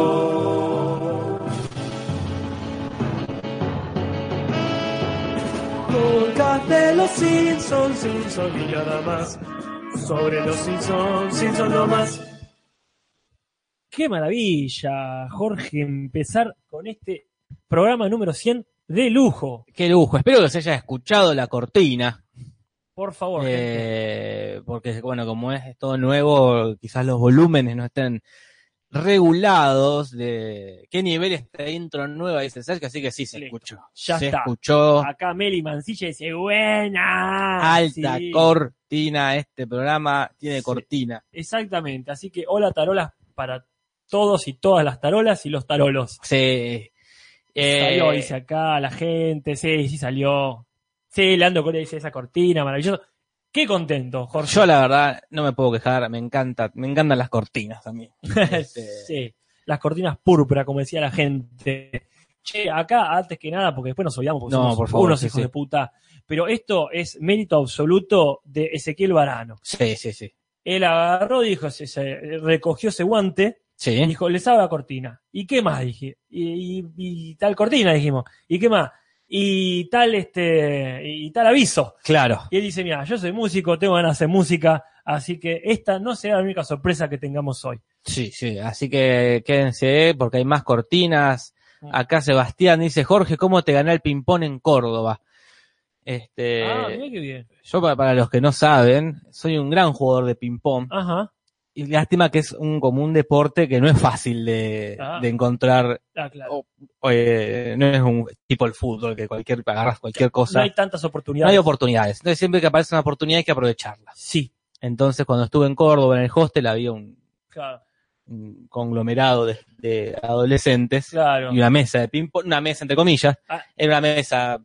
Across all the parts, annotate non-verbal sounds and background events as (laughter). sol. Nunca de los Simpsons, Simpsons y nada más. Sobre los Simpsons, Simpsons no más. Qué maravilla, Jorge, empezar con este programa número 100 de lujo. Qué lujo. Espero que se haya escuchado la cortina. Por favor. gente. eh, porque, bueno, como es todo nuevo, quizás los volúmenes no estén regulados de qué nivel está intro nueva dice Sergio, así que sí se Listo. escuchó. Ya se está. escuchó Acá Meli Mancilla dice, buena. alta Sí, cortina, este programa tiene Sí. cortina. Exactamente. Así que hola tarolas para todos y todas las tarolas y los tarolos. Sí. Eh, Salió, dice acá, la gente, sí, sí salió. Sí, Leandro Corea dice esa cortina, maravilloso. Qué contento, Jorge. yo la verdad no me puedo quejar, me encanta, me encantan las cortinas también. (laughs) Este, Sí, las cortinas púrpura, como decía la gente. Che, acá, antes que nada, porque después nos olvidamos, porque No, somos por favor, unos sí, hijos sí. de puta. Pero esto es mérito absoluto de Ezequiel Varano. sí, sí, sí. Él agarró, dijo, se, se- recogió ese guante, Sí. y dijo, les hago la cortina. ¿Y qué más? Dije, y, y- y tal cortina, dijimos. ¿Y qué más? Y tal, este, y tal aviso. Claro. Y él dice, mira, yo soy músico, tengo ganas de hacer música, así que esta no será la única sorpresa que tengamos hoy. Sí, sí. Así que quédense porque hay más cortinas. Mm. Acá Sebastián dice, Jorge, ¿cómo te gané el ping-pong en Córdoba? Este, ah, mira qué bien. yo pa- para, los que no saben, soy un gran jugador de ping-pong. Ajá. Y lástima que es un común deporte que no es fácil de, Ah. de encontrar. Ah, claro. Eh, no es un tipo el fútbol que cualquier agarras cualquier no cosa. hay tantas No hay oportunidades. oportunidades. Entonces siempre que aparece una oportunidad hay que aprovecharla. sí, Entonces cuando estuve en Córdoba en el hostel había un, claro, un conglomerado de, de adolescentes claro. y una mesa de ping pong, una mesa entre comillas, Ah. era una mesa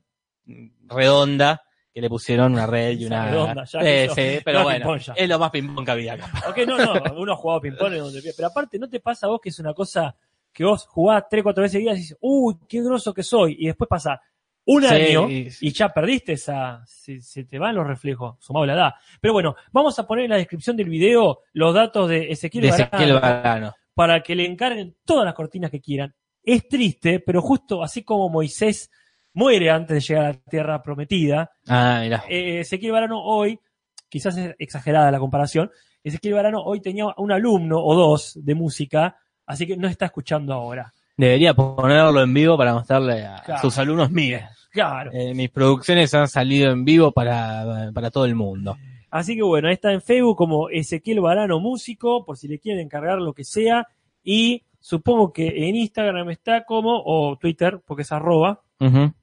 mm, redonda que le pusieron una red y Esa una redonda, ya que Eh, eso- sí, no pero es bueno, eh, ping-pong ya. es lo más ping pong que había acá. Ok, no, (laughs) no, uno jugaba ping-pong en donde Pero aparte, ¿no te pasa a vos que es una cosa que vos jugás tres, cuatro veces seguidas y dices, uy, qué groso que soy? Y después pasa un Sí, año y- y ya perdiste esa. Se, se te van los reflejos, sumado la edad. Pero bueno, vamos a poner en la descripción del video los datos de Ezequiel, de Barán Ezequiel Barano. para que le encarguen todas las cortinas que quieran. Es triste, pero justo así como Moisés muere antes de llegar a la tierra prometida, Ah, mira. eh, Ezequiel Varano hoy, quizás es exagerada la comparación, Ezequiel Varano hoy tenía un alumno o dos de música, así que no está escuchando ahora. Debería ponerlo en vivo para mostrarle a Claro. sus alumnos míos. Claro. Eh, mis producciones han salido en vivo para, para todo el mundo. Así que bueno, ahí está en Facebook como Ezequiel Varano Músico, por si le quieren encargar lo que sea. Y supongo que en Instagram está como, o Twitter, porque es arroba, Ujú.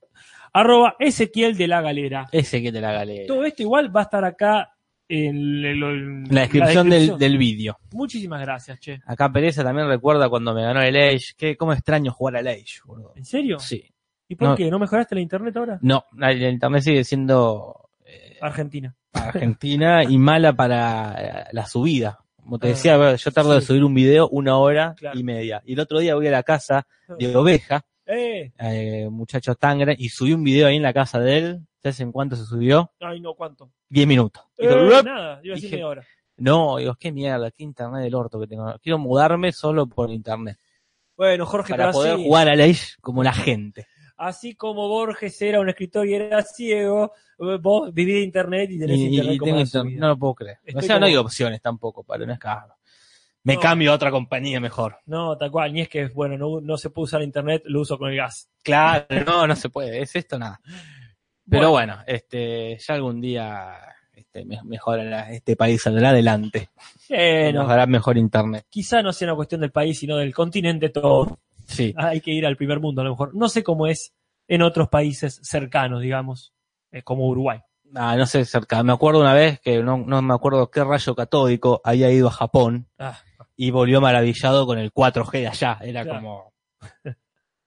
arroba Ezequiel de la Galera. Ese que te la galera. Todo esto igual va a estar acá en, el- en La descripción, descripción. del, del vídeo. Muchísimas gracias, che. Acá Pereza también recuerda cuando me ganó el Age. Que, ¿Cómo extraño jugar al Age, boludo? ¿En serio? Sí. ¿Y por No. qué? ¿No mejoraste la internet ahora? No, el internet sigue siendo eh, Argentina. (laughs) para Argentina y mala para eh, la subida. Como te Ah, decía, a ver, yo tardo en sí. subir un video una hora Claro. y media. Y el otro día voy a la casa de Oveja, Eh, eh, muchacho Tangre, y subí un video ahí en la casa de él. ¿Sabes en cuánto se subió? ay, no, ¿cuánto? Diez minutos. Y Eh, digo, "Rup". nada, iba a decir Dije- media hora. no, digo, qué mierda, qué internet del orto que tengo. Quiero mudarme solo por internet. Bueno, Jorge, Para pero poder así, jugar a la Age como la gente. así como Borges era un escritor y era ciego, eh, vos vivís de internet y tenés Y- y- internet y como tengo la inter- subida. no lo puedo creer. Estoy o sea, no como- hay opciones tampoco para no escalar. Me No. cambio a otra compañía mejor. No, tal cual, ni es que, bueno, no, no se puede usar internet, lo uso con el gas. Claro, no, no se puede. Es esto nada. Pero bueno, este, ya algún día este, me- mejorará este país saldrá adelante. Eh, no, Nos dará mejor internet. quizá no sea una cuestión del país, sino del continente todo. (laughs) Sí. Hay que ir al primer mundo, a lo mejor. No sé cómo es en otros países cercanos, digamos, eh, como Uruguay. Ah, no sé cerca. Me acuerdo una vez que no, no me acuerdo qué rayo catódico había ido a Japón Ah, y volvió maravillado con el 4G de allá. Era Claro. (laughs) como.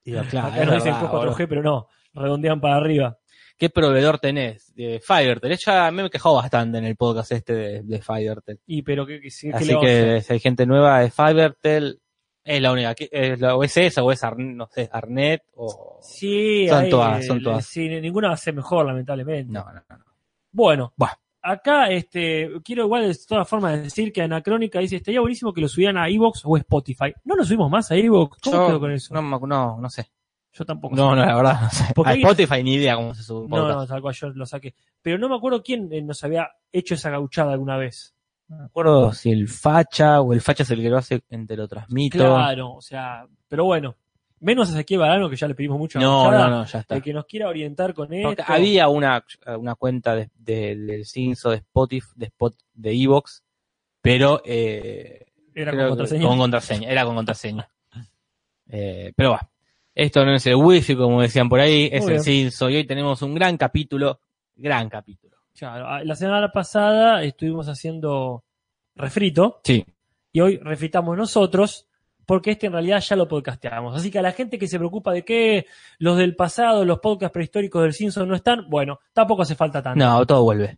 Digo, claro, acá es nos dicen verdad, 4G, boludo. pero no, redondean para arriba. ¿Qué proveedor tenés? Eh, Fivertel. Ya me he quejado bastante en el podcast este de, de Fivertel. Y pero que, que, que le vamos Así a hacer? que si hay gente nueva de Fivertel, es la única. que- Es la, o es esa, o es Ar- no sé, Arnet, o. Sí, Son ahí, todas, eh, son todas. sí, ninguna va a ser mejor, lamentablemente. No, no, no. Bueno, Buah. acá este, quiero igual de todas formas decir que Anacrónica dice, estaría buenísimo que lo subieran a Evox o Spotify. No lo subimos más a Evox. ¿Cómo Yo- quedo con eso? No, me- no, no sé. Yo tampoco. sé. No, no, la verdad. No sé. Porque A hay- Spotify ni idea cómo se sube un No, podcast. no, tal cual yo lo saqué. Pero no me acuerdo quién eh, nos había hecho esa gauchada alguna vez. No me acuerdo si el facha o el facha es el que lo hace en te lo transmito. Claro, o sea, pero bueno. Menos a Ezequiel Barano, que ya le pedimos mucho no, no, no, ya está. El que nos quiera orientar con él. Porque había una, una cuenta de, de- del Cinso de Spotify, de Spot, de Evox, pero eh, Era con creo que- contraseña. con contraseña, era con contraseña. Eh, pero va, esto no es el wifi, como decían por ahí, es Muy el Cinso, y hoy tenemos un gran capítulo, gran capítulo. Claro, a- la semana pasada estuvimos haciendo refrito Sí, y hoy refritamos nosotros porque este en realidad ya lo podcasteamos. Así que a la gente que se preocupa de que los del pasado, los podcasts prehistóricos del Simpson no están, bueno, tampoco hace falta tanto. no, todo vuelve.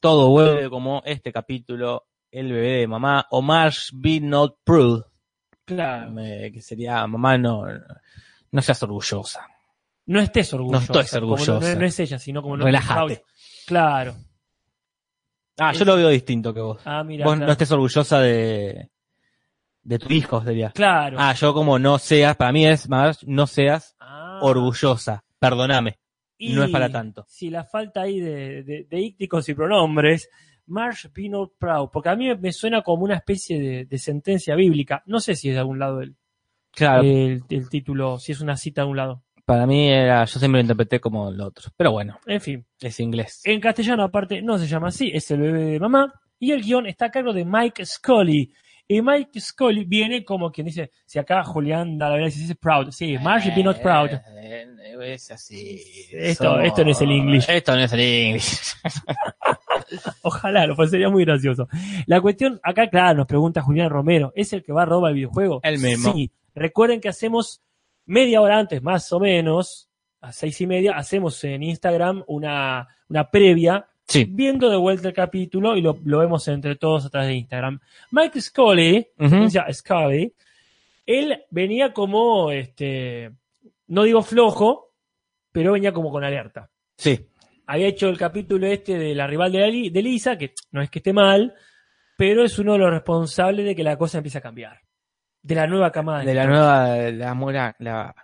Todo vuelve como este capítulo, El bebé de mamá, Omar Be Not Prude, claro. eh, que sería mamá no, no seas orgullosa. No estés orgulloso. No estoy orgulloso. No, no es ella, sino como no Relájate. Claro. Ah, yo lo veo distinto que vos. Ah, mira. Vos claro. no estés orgullosa de, de tus hijos, diría. Claro. Ah, yo como no seas, para mí es más, no seas Ah. orgullosa. Perdóname. Y No es para tanto. Si la falta ahí de, de, de ícticos y pronombres, Marsh be not proud, porque a mí me suena como una especie de, de sentencia bíblica. No sé si es de algún lado el, Claro, el- el título, si es una cita de un lado. para mí era, yo siempre lo interpreté como lo otro. Pero bueno, En fin, es inglés. en castellano aparte no se llama así, es el bebé de mamá, y el guión está a cargo de Mike Scully. Y Mike Scully viene como quien dice, si acá Julián Dalavera dice "This is proud, sí, Marsh be not proud. Eh, eh, Es así. Esto- esto no es el English. Esto no es el English. (laughs) Ojalá, lo fue, sería muy gracioso. La cuestión, acá, claro, nos pregunta Julián Romero, ¿es el que va a robar el videojuego? El mismo. Sí. Recuerden que hacemos media hora antes, más o menos, a seis y media, hacemos en Instagram una, una previa, Sí. viendo de vuelta el capítulo y lo, lo vemos entre todos a través de Instagram. Mike Scully, Ujú. pronuncia Scully, él venía como, este, no digo flojo, pero venía como con alerta Sí. había hecho el capítulo este de la rival de, Ali- de Lisa, que no es que esté mal, pero es uno de los responsables de que la cosa empiece a cambiar. De la nueva camada. De la nueva, la mora, la,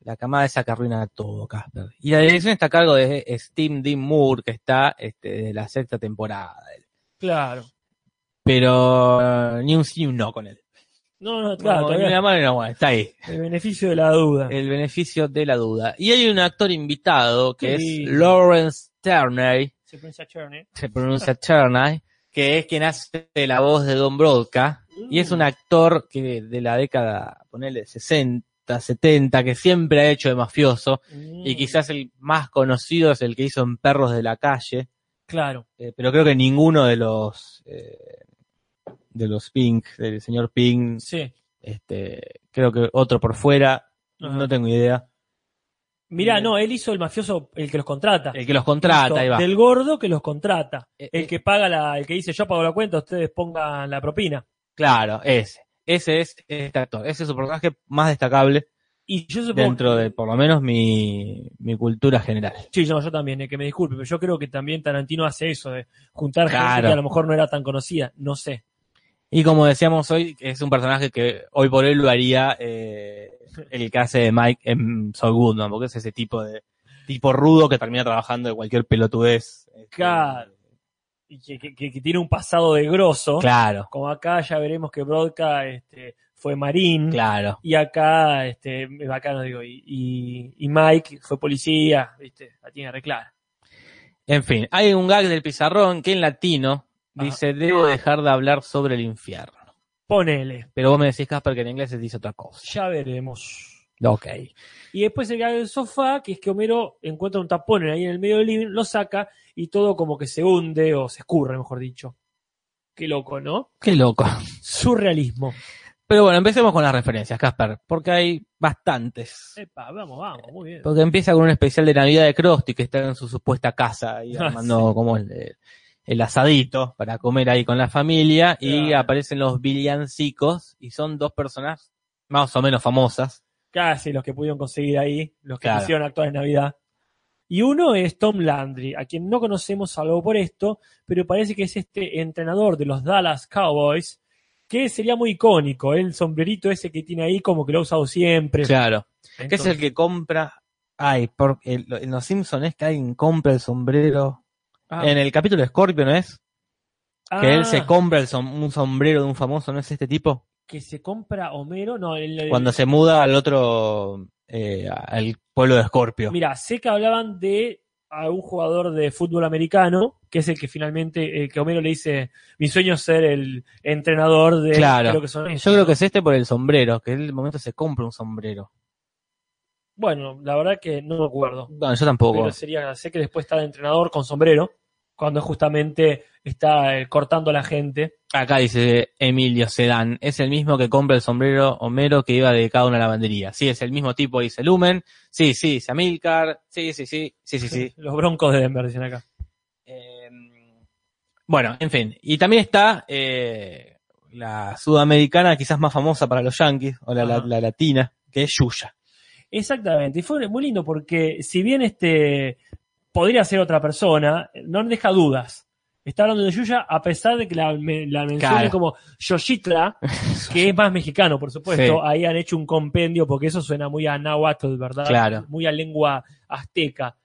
la camada esa que arruina todo, Casper. Y la dirección está a cargo de Steam Dean Moore, que está este, de la sexta temporada. Claro. Pero eh, ni un sí ni un no con él. No, no, claro, No, todavía ni una mano ni una buena, está ahí. el beneficio de la duda. (laughs) El beneficio de la duda. Y hay un actor invitado que Sí. es Lawrence Ternay, Se pronuncia Churn, ¿eh? (laughs) se pronuncia Ternay, que es quien hace la voz de Don Brodka. Y es un actor que de la década, ponele, 60, 70, que siempre ha hecho de mafioso. Mm, Y quizás el más conocido es el que hizo en Perros de la Calle. Claro. eh, pero creo que ninguno de los. eh, de los Pink, del señor Pink, Sí. este, creo que otro por fuera, Ajá. no tengo idea. Mirá, no, él hizo el mafioso, el que los contrata. Eh, El que los contrata, Hizo ahí va. Del gordo que los contrata. Eh, El eh, que paga la, el que dice yo pago la cuenta, ustedes pongan la propina. Claro, ese. Ese es este actor. Ese es su personaje más destacable Y yo supongo dentro que- de, por lo menos, mi, mi cultura general. Sí, no, yo también, eh, que me disculpe, pero yo creo que también Tarantino hace eso, de juntar gente Claro. que a lo mejor no era tan conocida, no sé. Y como decíamos hoy, es un personaje que hoy por hoy lo haría eh, el que hace de Mike en Saul Goodman, porque es ese tipo de tipo rudo que termina trabajando de cualquier pelotudez. Este, Claro. Y que, que- que- que tiene un pasado de grosso, Claro, como acá ya veremos que Brodka este, fue marín, claro. y acá, este, acá no digo, y, y- y Mike fue policía, viste, la tiene re clara. En fin, hay un gag del pizarrón que en latino Ajá. dice, debo dejar de hablar sobre el infierno. Ponele, Pero vos me decís, Casper, que en inglés se dice otra cosa. ya veremos. Ok. Y después el gag del sofá, que es que Homero encuentra un tapón ahí en el medio del living, lo saca y todo como que se hunde o se escurre, mejor dicho. Qué loco, ¿no? Qué loco. Surrealismo. Pero bueno, empecemos con las referencias, Casper, porque hay bastantes. Epa, vamos, vamos, muy bien. Porque empieza con un especial de Navidad de Krusty que está en su supuesta casa (laughs) ahí Ah, armando como el, eh, el asadito para comer ahí con la familia y Claro. aparecen los villancicos y son dos personas más o menos famosas. Casi los que pudieron conseguir ahí, los que Claro. quisieron actuar en Navidad. Y uno es Tom Landry, a quien no conocemos salvo por esto, pero parece que es este entrenador de los Dallas Cowboys, que sería muy icónico, ¿eh? el sombrerito ese que tiene ahí como que lo ha usado siempre. Claro. Que es Entonces, el que compra. Ay, por- el- en los Simpsons es que alguien compra el sombrero. ah, En el capítulo de Scorpio, ¿no es? Que él se ah, compra el som- un sombrero de un famoso, ¿no es este tipo? que se compra Homero, no, el, el- Cuando se muda al otro, eh, al pueblo de Scorpio. Mira, sé que hablaban de a un jugador de fútbol americano, que es el que finalmente, eh, que Homero le dice, mi sueño es ser el entrenador de Claro. creo que son Yo estos", creo ¿no? que es este por el sombrero, que en el momento se compra un sombrero. Bueno, la verdad que no me acuerdo. No, yo tampoco. Pero sería, sé que después está de entrenador con sombrero, cuando justamente está eh, cortando a la gente. Acá dice Emilio Sedán, es el mismo que compra el sombrero Homero que iba dedicado a una lavandería. Sí, es el mismo tipo, dice Lumen. Sí, sí, Samilcar. Sí, sí, sí, sí, sí, (laughs) sí. (laughs) Los broncos de Denver, dicen acá. Eh, bueno, en fin. Y también está eh, la sudamericana, quizás más famosa para los yankees, o la, la- Ajá. la latina, que es Yuya. Exactamente, y fue muy lindo porque si bien este podría ser otra persona, no deja dudas. Está hablando de Yuya a pesar de que la, me- la mencione Claro. como Yoshitla, que es más mexicano, por supuesto. Sí. Ahí han hecho un compendio porque eso suena muy a náhuatl, ¿verdad? Claro. Muy a lengua azteca.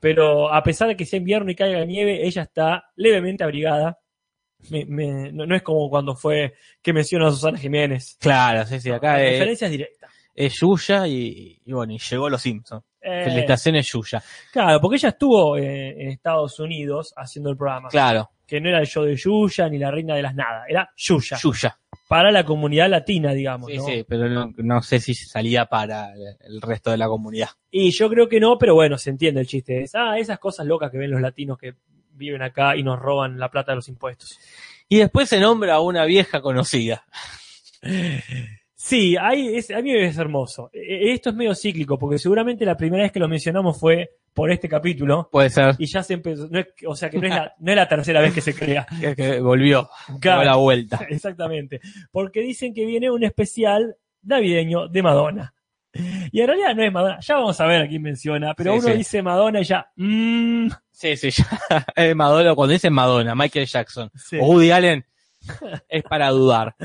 Pero a pesar de que sea invierno y caiga nieve, ella está levemente abrigada. Me- me- no, no es como cuando fue que menciona a Susana Jiménez. Claro, sí, sí, acá La es, diferencia es directa. es Yuya y, y bueno, y llegó a los Simpsons. Eh, Felicitaciones, Yuya. Claro, porque ella estuvo eh, en Estados Unidos haciendo el programa. Claro, Que no era el show de Yuya ni la reina de las nada, era Yuya. Yuya. para la comunidad latina, digamos. Sí, ¿no? sí, pero no, no sé si salía para el resto de la comunidad. Y yo creo que no, pero bueno, se entiende el chiste. Es, ah, esas cosas locas que ven los latinos que viven acá y nos roban la plata de los impuestos. Y después se nombra a una vieja conocida. Sí, ahí es- a mí es hermoso. E- Esto es medio cíclico, porque seguramente la primera vez que lo mencionamos fue por este capítulo. Puede ser Y ya se empezó, no es- o sea que no es, (laughs) la, no es la tercera vez que se crea. que, que volvió, dio la vuelta. (laughs) Exactamente. Porque dicen que viene un especial navideño de Madonna. Y en realidad no es Madonna. Ya vamos a ver a quién menciona. Pero Sí, uno sí. dice Madonna y ya. mm, Sí, sí, ya. (laughs) Eh, Madonna, cuando dicen Madonna, Michael Jackson sí. o (laughs) Woody Allen, es para dudar.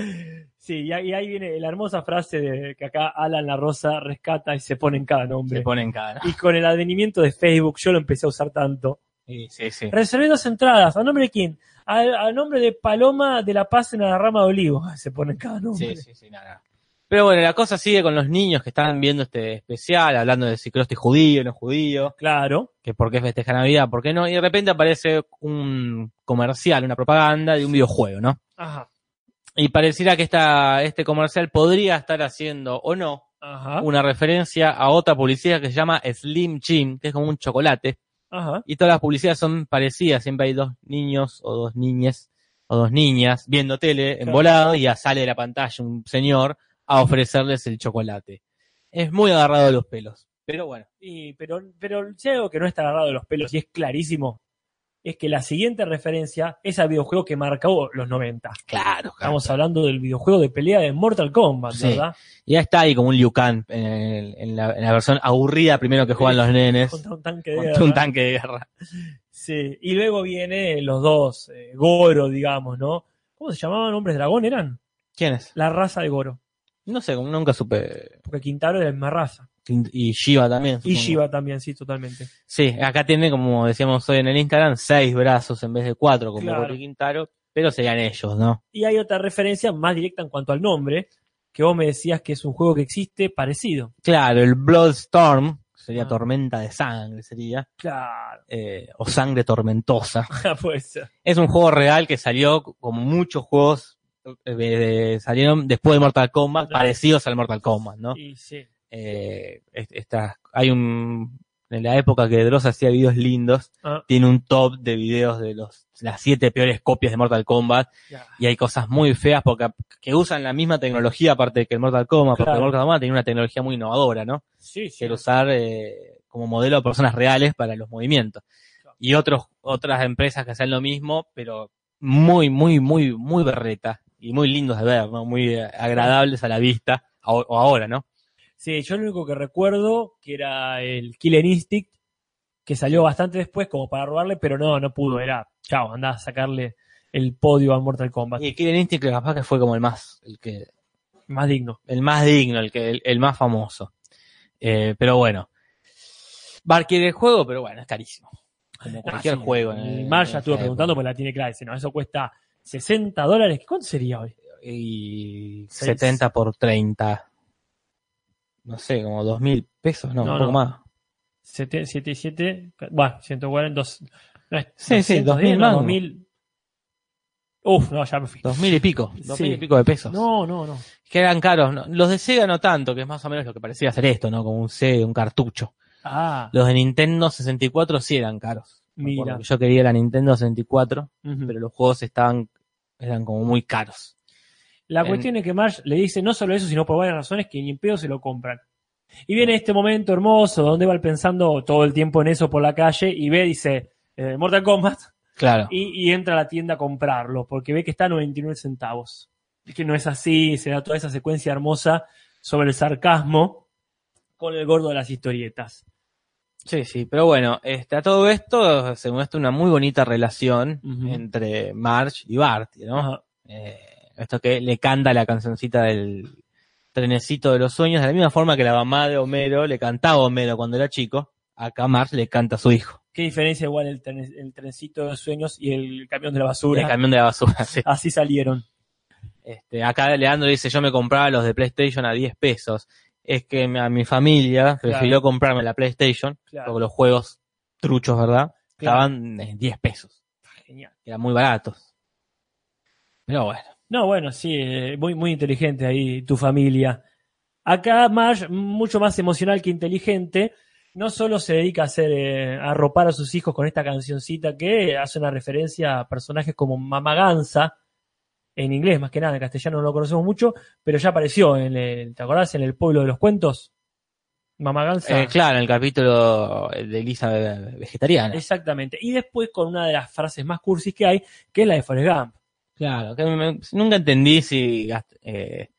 Sí, y ahí y ahí viene la hermosa frase de que acá Alan La Rosa rescata y se pone en cada nombre. Se ponen cara. Y con el advenimiento de Facebook yo lo empecé a usar tanto. Sí, sí, sí. Reservé dos entradas. ¿A nombre de quién? Al, al nombre de Paloma de la Paz en la rama de olivo. (laughs) Se pone en cada nombre. Sí, sí, sí, nada. Pero bueno, la cosa sigue con los niños que están viendo este especial, hablando de si Krusty es judío, no es judío. Claro. que por qué festeja Navidad, por qué no, y de repente aparece un comercial, una propaganda de un videojuego, ¿no? Ajá. Y pareciera que esta, este comercial podría estar haciendo o no Ajá. una referencia a otra publicidad que se llama Slim Jim, que es como un chocolate, Ajá. y todas las publicidades son parecidas, siempre hay dos niños o dos niñes o dos niñas viendo tele en Claro. volado y ya sale de la pantalla un señor a ofrecerles el chocolate. Es muy agarrado de los pelos, pero bueno. Y- pero, pero si hay algo que no está agarrado de los pelos y es clarísimo, es que la siguiente referencia es al videojuego que marcó los 90. Claro, Estamos hablando del videojuego de pelea de Mortal Kombat, Sí. ¿verdad? Ya está ahí como un Liu Kang en, el- en la, en la versión aburrida primero que juegan los nenes. Contra un tanque de Contra un guerra. tanque de guerra. Sí. Y luego vienen los dos, eh, Goro, digamos, ¿no? ¿Cómo se llamaban? ¿Hombres dragón eran? ¿Quién es? La raza de Goro. No sé, como nunca supe. Porque Quintaro era la misma raza. Y Shiva también. Y supongo. Shiva también, sí, totalmente. Sí, acá tiene, como decíamos hoy en el Instagram, seis brazos en vez de cuatro, como Claro. Goro y Quintaro. Pero serían ellos, ¿no? Y hay otra referencia más directa en cuanto al nombre, que vos me decías que es un juego que existe parecido. Claro, el Bloodstorm sería Ah. tormenta de sangre, sería. (laughs) Claro, eh, o sangre tormentosa. Ah, puede ser. Es un juego real que salió como muchos juegos. eh, de- salieron después de Mortal Kombat, Claro. parecidos al Mortal Kombat, ¿no? Y sí. eh, est- estas- hay un en la época que Dross hacía videos lindos, Ah. tiene un top de videos de los las siete peores copias de Mortal Kombat ya. y hay cosas muy feas porque que usan la misma tecnología aparte que el Mortal Kombat, porque Claro. el Mortal Kombat tenía una tecnología muy innovadora, ¿no? Sí, sí. Que era usar eh, como modelo a personas reales para los movimientos. Y otros otras empresas que hacen lo mismo, pero muy muy muy muy berreta y muy lindos de ver, ¿no? Muy eh, agradables a la vista a- o ahora, ¿no? Sí, yo lo único que recuerdo que era el Killer Instinct, que salió bastante después como para robarle, pero no, no pudo. Era, chao, anda a sacarle el podio a Mortal Kombat. Y Killer Instinct capaz que fue como el más, el que, Más digno. el más digno, el que, el, el más famoso. Eh, pero bueno. Bar quiere el juego, pero bueno, es carísimo. Como cualquier Ah, sí, juego. Y en- Mar en ya estuvo esa preguntando, época. pues la tiene clara. Dice, no, eso cuesta 60 dólares. ¿Cuánto sería hoy? Y Seis. 70 por 30. No sé, como 2.000 pesos, no, No, un poco no. más. 7, 7, 7, bueno, 140, dos, no es, Sí, sí, 210, 2000 no, mango. 2000. Uf, no, ya me fui. 2.000 y pico. 2.000 Sí. y pico de pesos. No, no, no. Que eran caros. ¿no? Los de Sega no tanto, que es más o menos lo que parecía ser esto, ¿no? Como un CD, un cartucho. Ah, Los de Nintendo 64 sí eran caros. Me acuerdo mira. que Yo quería la Nintendo 64, Ujú. pero los juegos estaban, eran como muy caros. La en- cuestión es que Marsh le dice no solo eso, sino por varias razones que ni en pedo se lo compran. Y viene este momento hermoso donde va pensando todo el tiempo en eso por la calle y ve, dice, eh, Mortal Kombat, Claro. y, y entra a la tienda a comprarlo, porque ve que está a 99 centavos. Es que no es así, se da toda esa secuencia hermosa sobre el sarcasmo con el gordo de las historietas. Sí, sí, pero bueno, este, a todo esto se muestra una muy bonita relación Ujú. entre Marge y Barty, ¿no? Ajá. Eh, esto que le canta la cancioncita del trenecito de los sueños, de la misma forma que la mamá de Homero le cantaba a Homero cuando era chico, acá Marge le canta a su hijo, ¿Qué diferencia igual el, tren- el trencito de los sueños y el camión de la el basura? camión de la basura. sí. Así salieron. Este, acá Leandro dice, yo me compraba los de PlayStation a 10 pesos. Es que mi- a mi familia prefirió comprarme la PlayStation, Claro, porque los juegos truchos, ¿verdad? claro. Estaban en 10 pesos. Genial. eran muy baratos. Pero bueno, No, bueno, sí, eh, muy, muy inteligente ahí tu familia. Acá Marge, mucho más emocional que inteligente, no solo se dedica a hacer, eh, a arropar a sus hijos con esta cancioncita que hace una referencia a personajes como Mama Gansa, en inglés más que nada, en castellano no lo conocemos mucho, pero ya apareció en el, ¿te acordás? En el pueblo de los cuentos. Mama Gansa. eh, claro, en el capítulo de Elisa ve- vegetariana. Exactamente. Y después con una de las frases más cursis que hay, que es la de Forrest Gump. Claro, que me- nunca entendí si gast- eh,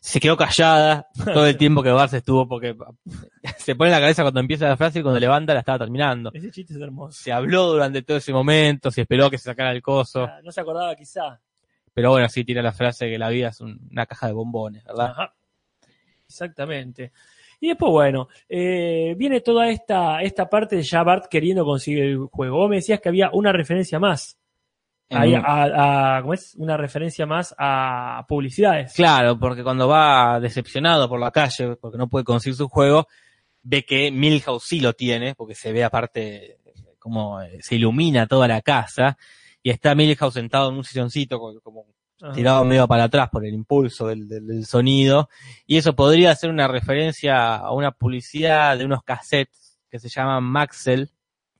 se quedó callada todo el tiempo que Barce estuvo, porque (laughs) se pone en la cabeza cuando empieza la frase y cuando levanta la estaba terminando. Ese chiste es hermoso. Se habló durante todo ese momento, se esperó que se sacara el coso, Ah, No se acordaba quizá. pero bueno, sí tira la frase que la vida es un- una caja de bombones, ¿verdad? Ajá. Exactamente. Y después, bueno, eh, viene toda esta, esta parte de ya Bart queriendo conseguir el juego. Vos me decías que había una referencia más. Ahí En- a, a- ¿cómo es? Una referencia más a publicidades. Claro, porque cuando va decepcionado por la calle, porque no puede conseguir su juego, ve que Milhouse sí lo tiene, porque se ve aparte como eh, se ilumina toda la casa, y está Milhouse sentado en un silloncito, co- como Ajá. tirado medio para atrás por el impulso del, del- del sonido, y eso podría ser una referencia a una publicidad de unos cassettes que se llaman Maxell,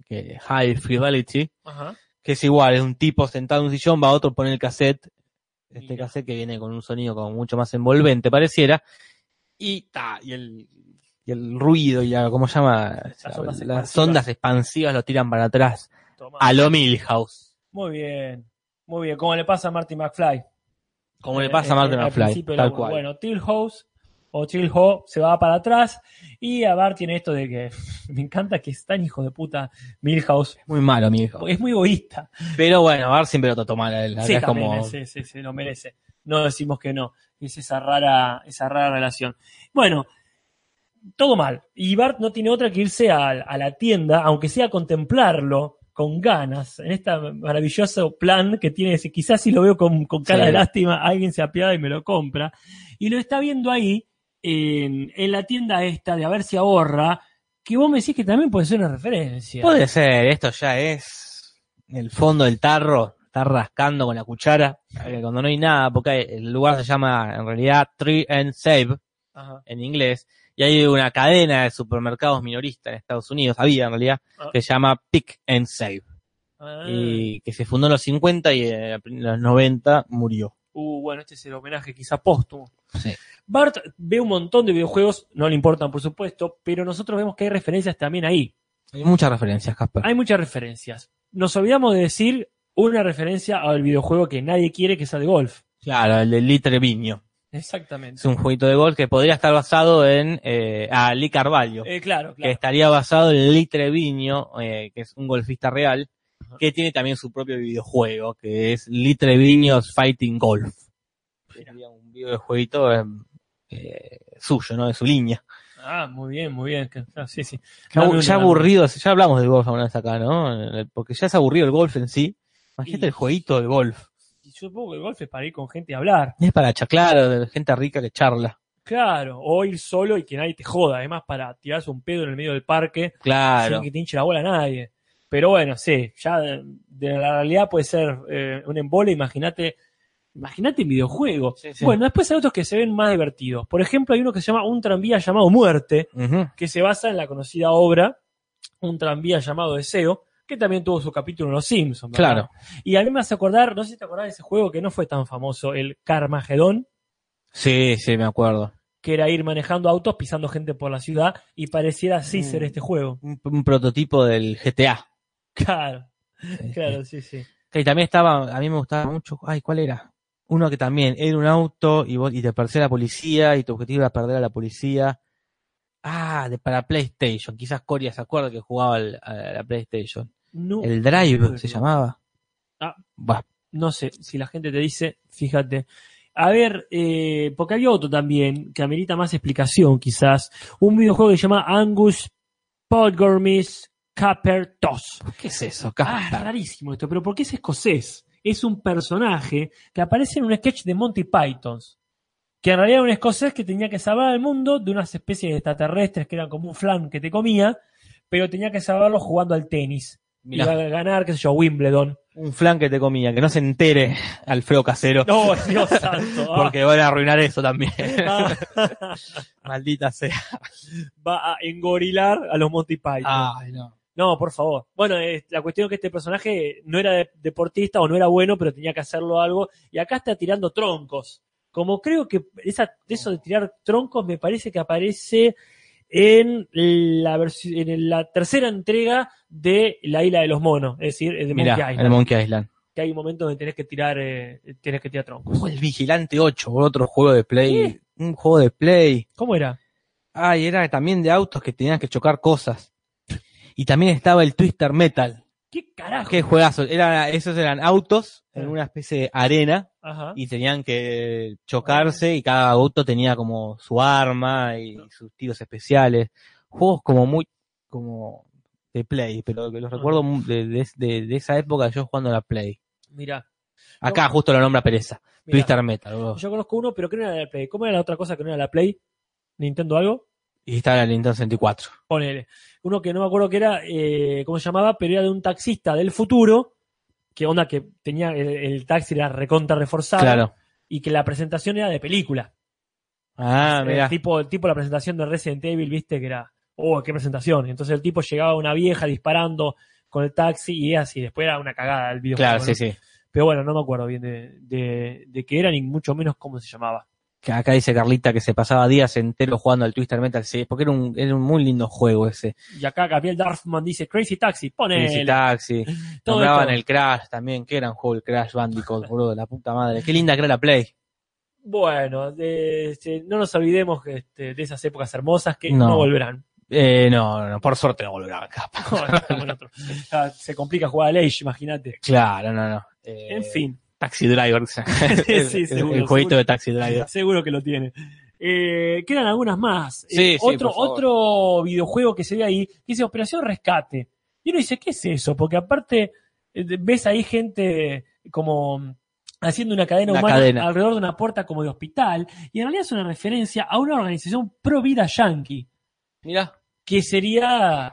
que High Fidelity, Ajá. que es igual, es un tipo sentado en un sillón, va otro, pone el cassette, este Mira. cassette que viene con un sonido como mucho más envolvente, pareciera, y ta, y el, y el ruido, y la, ¿cómo se llama? Las ondas Las, expansivas. ondas expansivas lo tiran para atrás, Tomá. a lo Milhouse, Muy bien. Muy bien. Como le pasa a Marty McFly. como Eh, le pasa a eh, Martin al McFly, principio de la- tal cual. Bueno, Tilhouse o Tilho se va para atrás y a Bart tiene esto de que (laughs) me encanta que es tan hijo de puta Milhouse. Muy malo, Milhouse. Es muy egoísta. Pero bueno, Bar siempre lo trató mal a él, acá Sí, es también, eh, como, sí, sí, sí, lo merece. No decimos que no. Es esa rara, esa rara relación. Bueno, todo mal. Y Bart no tiene otra que irse a, a la tienda, aunque sea a contemplarlo con ganas, en este maravilloso plan que tiene. dice, Quizás si lo veo con, con cara Sí. de lástima, alguien se apiada y me lo compra. Y lo está viendo ahí, en, en la tienda esta, de a ver si ahorra, que vos me decís que también puede ser una referencia. puede ser, esto ya es el fondo del tarro, está rascando con la cuchara, eh, cuando no hay nada, porque el lugar se llama en realidad Tree and Save, Ajá. en inglés, y hay una cadena de supermercados minoristas en Estados Unidos, había en realidad, Ah. que se llama Pick and Save, Ah. y que se fundó en los 50 y en los 90 murió. Uh, bueno, este es el homenaje quizá póstumo. Sí. Bart ve un montón de videojuegos, no le importan por supuesto, pero nosotros vemos que hay referencias también ahí. Hay muchas referencias, Casper. Hay muchas referencias. Nos olvidamos de decir una referencia al videojuego que nadie quiere, que sea de golf. Claro, el de Lee Treviño. Exactamente. Es un jueguito de golf que podría estar basado en eh, a Lee Carvalho, Eh, claro, que claro. estaría basado en Lee Treviño, eh, que es un golfista real, que tiene también su propio videojuego, que es Lee Treviño's Fighting Golf. Sería un videojueguito eh, eh, suyo, ¿no? De su línea. Ah, muy bien, muy bien. que- ah, sí, sí. Ya, Dame abu- una, ya dame. aburrido, ya hablamos del golf alguna vez acá, ¿no? Eh, Porque ya es aburrido el golf en sí. Imagínate Y- el jueguito de golf. Y Yo supongo que el golf es para ir con gente a hablar. Es para chaclar, de gente rica que charla. Claro, o ir solo y que nadie te joda. Además, para tirarse un pedo en el medio del parque Claro. sin que te hinche la bola a nadie. Pero bueno, sí, ya de, de la realidad puede ser eh, un embole, imagínate. Imagínate en videojuego. Sí, sí. Bueno, después hay otros que se ven más divertidos. Por ejemplo, hay uno que se llama Un tranvía llamado Muerte, Ujú. que se basa en la conocida obra Un tranvía llamado Deseo, que también tuvo su capítulo en Los Simpsons. ¿verdad? Claro. Y a mí me hace acordar, no sé si te acordás de ese juego que no fue tan famoso, el Carmagedón, Sí, sí, me acuerdo. que era ir manejando autos, pisando gente por la ciudad, y pareciera así Mm. ser este juego. (laughs) un, un prototipo del GTA. Claro, claro, sí, sí. Que también estaba, a mí me gustaba mucho. Ay, ¿cuál era? Uno que también era un auto y, vos- y te perseguía la policía y tu objetivo era perder a la policía. Ah, de, para PlayStation. Quizás Coria se acuerda que jugaba al- a la PlayStation. No, El Drive se no. llamaba. Ah. Bah, no sé, si la gente te dice, fíjate. A ver, eh, porque hay otro también que amerita más explicación, quizás. Un videojuego que se llama Angus Podgormis Capper 2. ¿Qué es eso? Ah, es Casper? rarísimo esto, pero ¿por qué es escocés? Es un personaje que aparece en un sketch de Monty Pythons, que en realidad era un escocés que tenía que salvar al mundo de unas especies de extraterrestres que eran como un flan que te comía, pero tenía que salvarlo jugando al tenis. Mirá, Iba a ganar, qué sé yo, (laughs) Wimbledon. un flan que te comía, que no se entere Alfredo Casero, No, ¡Oh, Dios santo. ah, porque van a arruinar eso también. (laughs) ah, Maldita sea. va a engorilar a los Monty Python. Ay, no. No, por favor. Bueno, eh, la cuestión es que este personaje no era de- deportista o no era bueno, pero tenía que hacerlo algo. Y acá está tirando troncos. Como creo que esa, eso de tirar troncos me parece que aparece en la, versi- en la tercera entrega de La Isla de los Monos, es decir, de Monkey Mirá, el Island, Monkey Island. que hay un momento donde tenés que tirar, eh, tenés que tirar troncos. Fue el Vigilante 8, otro juego de Play. Un juego de Play. ¿Cómo era? Ay, era también de autos que tenían que chocar cosas. Y también estaba el Twister Metal. ¿Qué carajo? Qué juegazo. Era, esos eran autos en una especie de arena Ajá. y tenían que chocarse y cada auto tenía como su arma y sus tiros especiales. Juegos como muy, como de Play, pero que los recuerdo mu- de, de- de- de esa época yo jugando a la Play. Mirá, Acá justo lo nombra Pereza. mirá. Twister Metal. boludo. Yo conozco uno, pero que no era la Play. ¿Cómo era la otra cosa que no era la Play? ¿Nintendo algo? Y estaba el Nintendo 64. ponele, uno que no me acuerdo que era, eh, cómo se llamaba, pero era de un taxista del futuro, que onda que tenía el, el taxi era recontra reforzado Claro. y que la presentación era de película. Ah, El mira. tipo, el tipo la presentación de Resident Evil, viste que era, oh, qué presentación. Entonces el tipo llegaba a una vieja disparando con el taxi y así, después era una cagada el videojuego. Claro, ¿no? sí, sí. Pero bueno, no me acuerdo bien de, de, de qué era ni mucho menos cómo se llamaba. Que Acá dice Carlita que se pasaba días enteros jugando al Twister Metal. Sí, porque era un, era un muy lindo juego ese. Y acá Gabriel Darfman dice Crazy Taxi, Easy ponele. Taxi. Todo Nombraban esto. el Crash también. Que gran juego el Crash Bandicoot, boludo. La puta madre. Qué linda que era la Play. Bueno, de- este, no nos olvidemos este, de esas épocas hermosas que no, No. volverán. (laughs) Eh, no, no, por suerte no volverá acá. Ahora estamos en otro. Ya se complica jugar al Age, imagínate. Claro, no, no. Eh, En (laughs) fin, (laughs) Taxi Driver. Sí, sí, sí, el, seguro, el jueguito seguro. de Taxi Driver. (laughs) seguro que lo tiene. Eh, quedan algunas más. Sí, Eh, sí, otro, por favor. otro videojuego que se ve ahí, que dice Operación Rescate. Y uno dice, ¿qué es eso? Porque aparte eh, ves ahí gente eh, como mm, haciendo una cadena Una humana cadena. alrededor de una puerta como de hospital. Y en realidad es una referencia a una organización pro vida yankee. Mira. que sería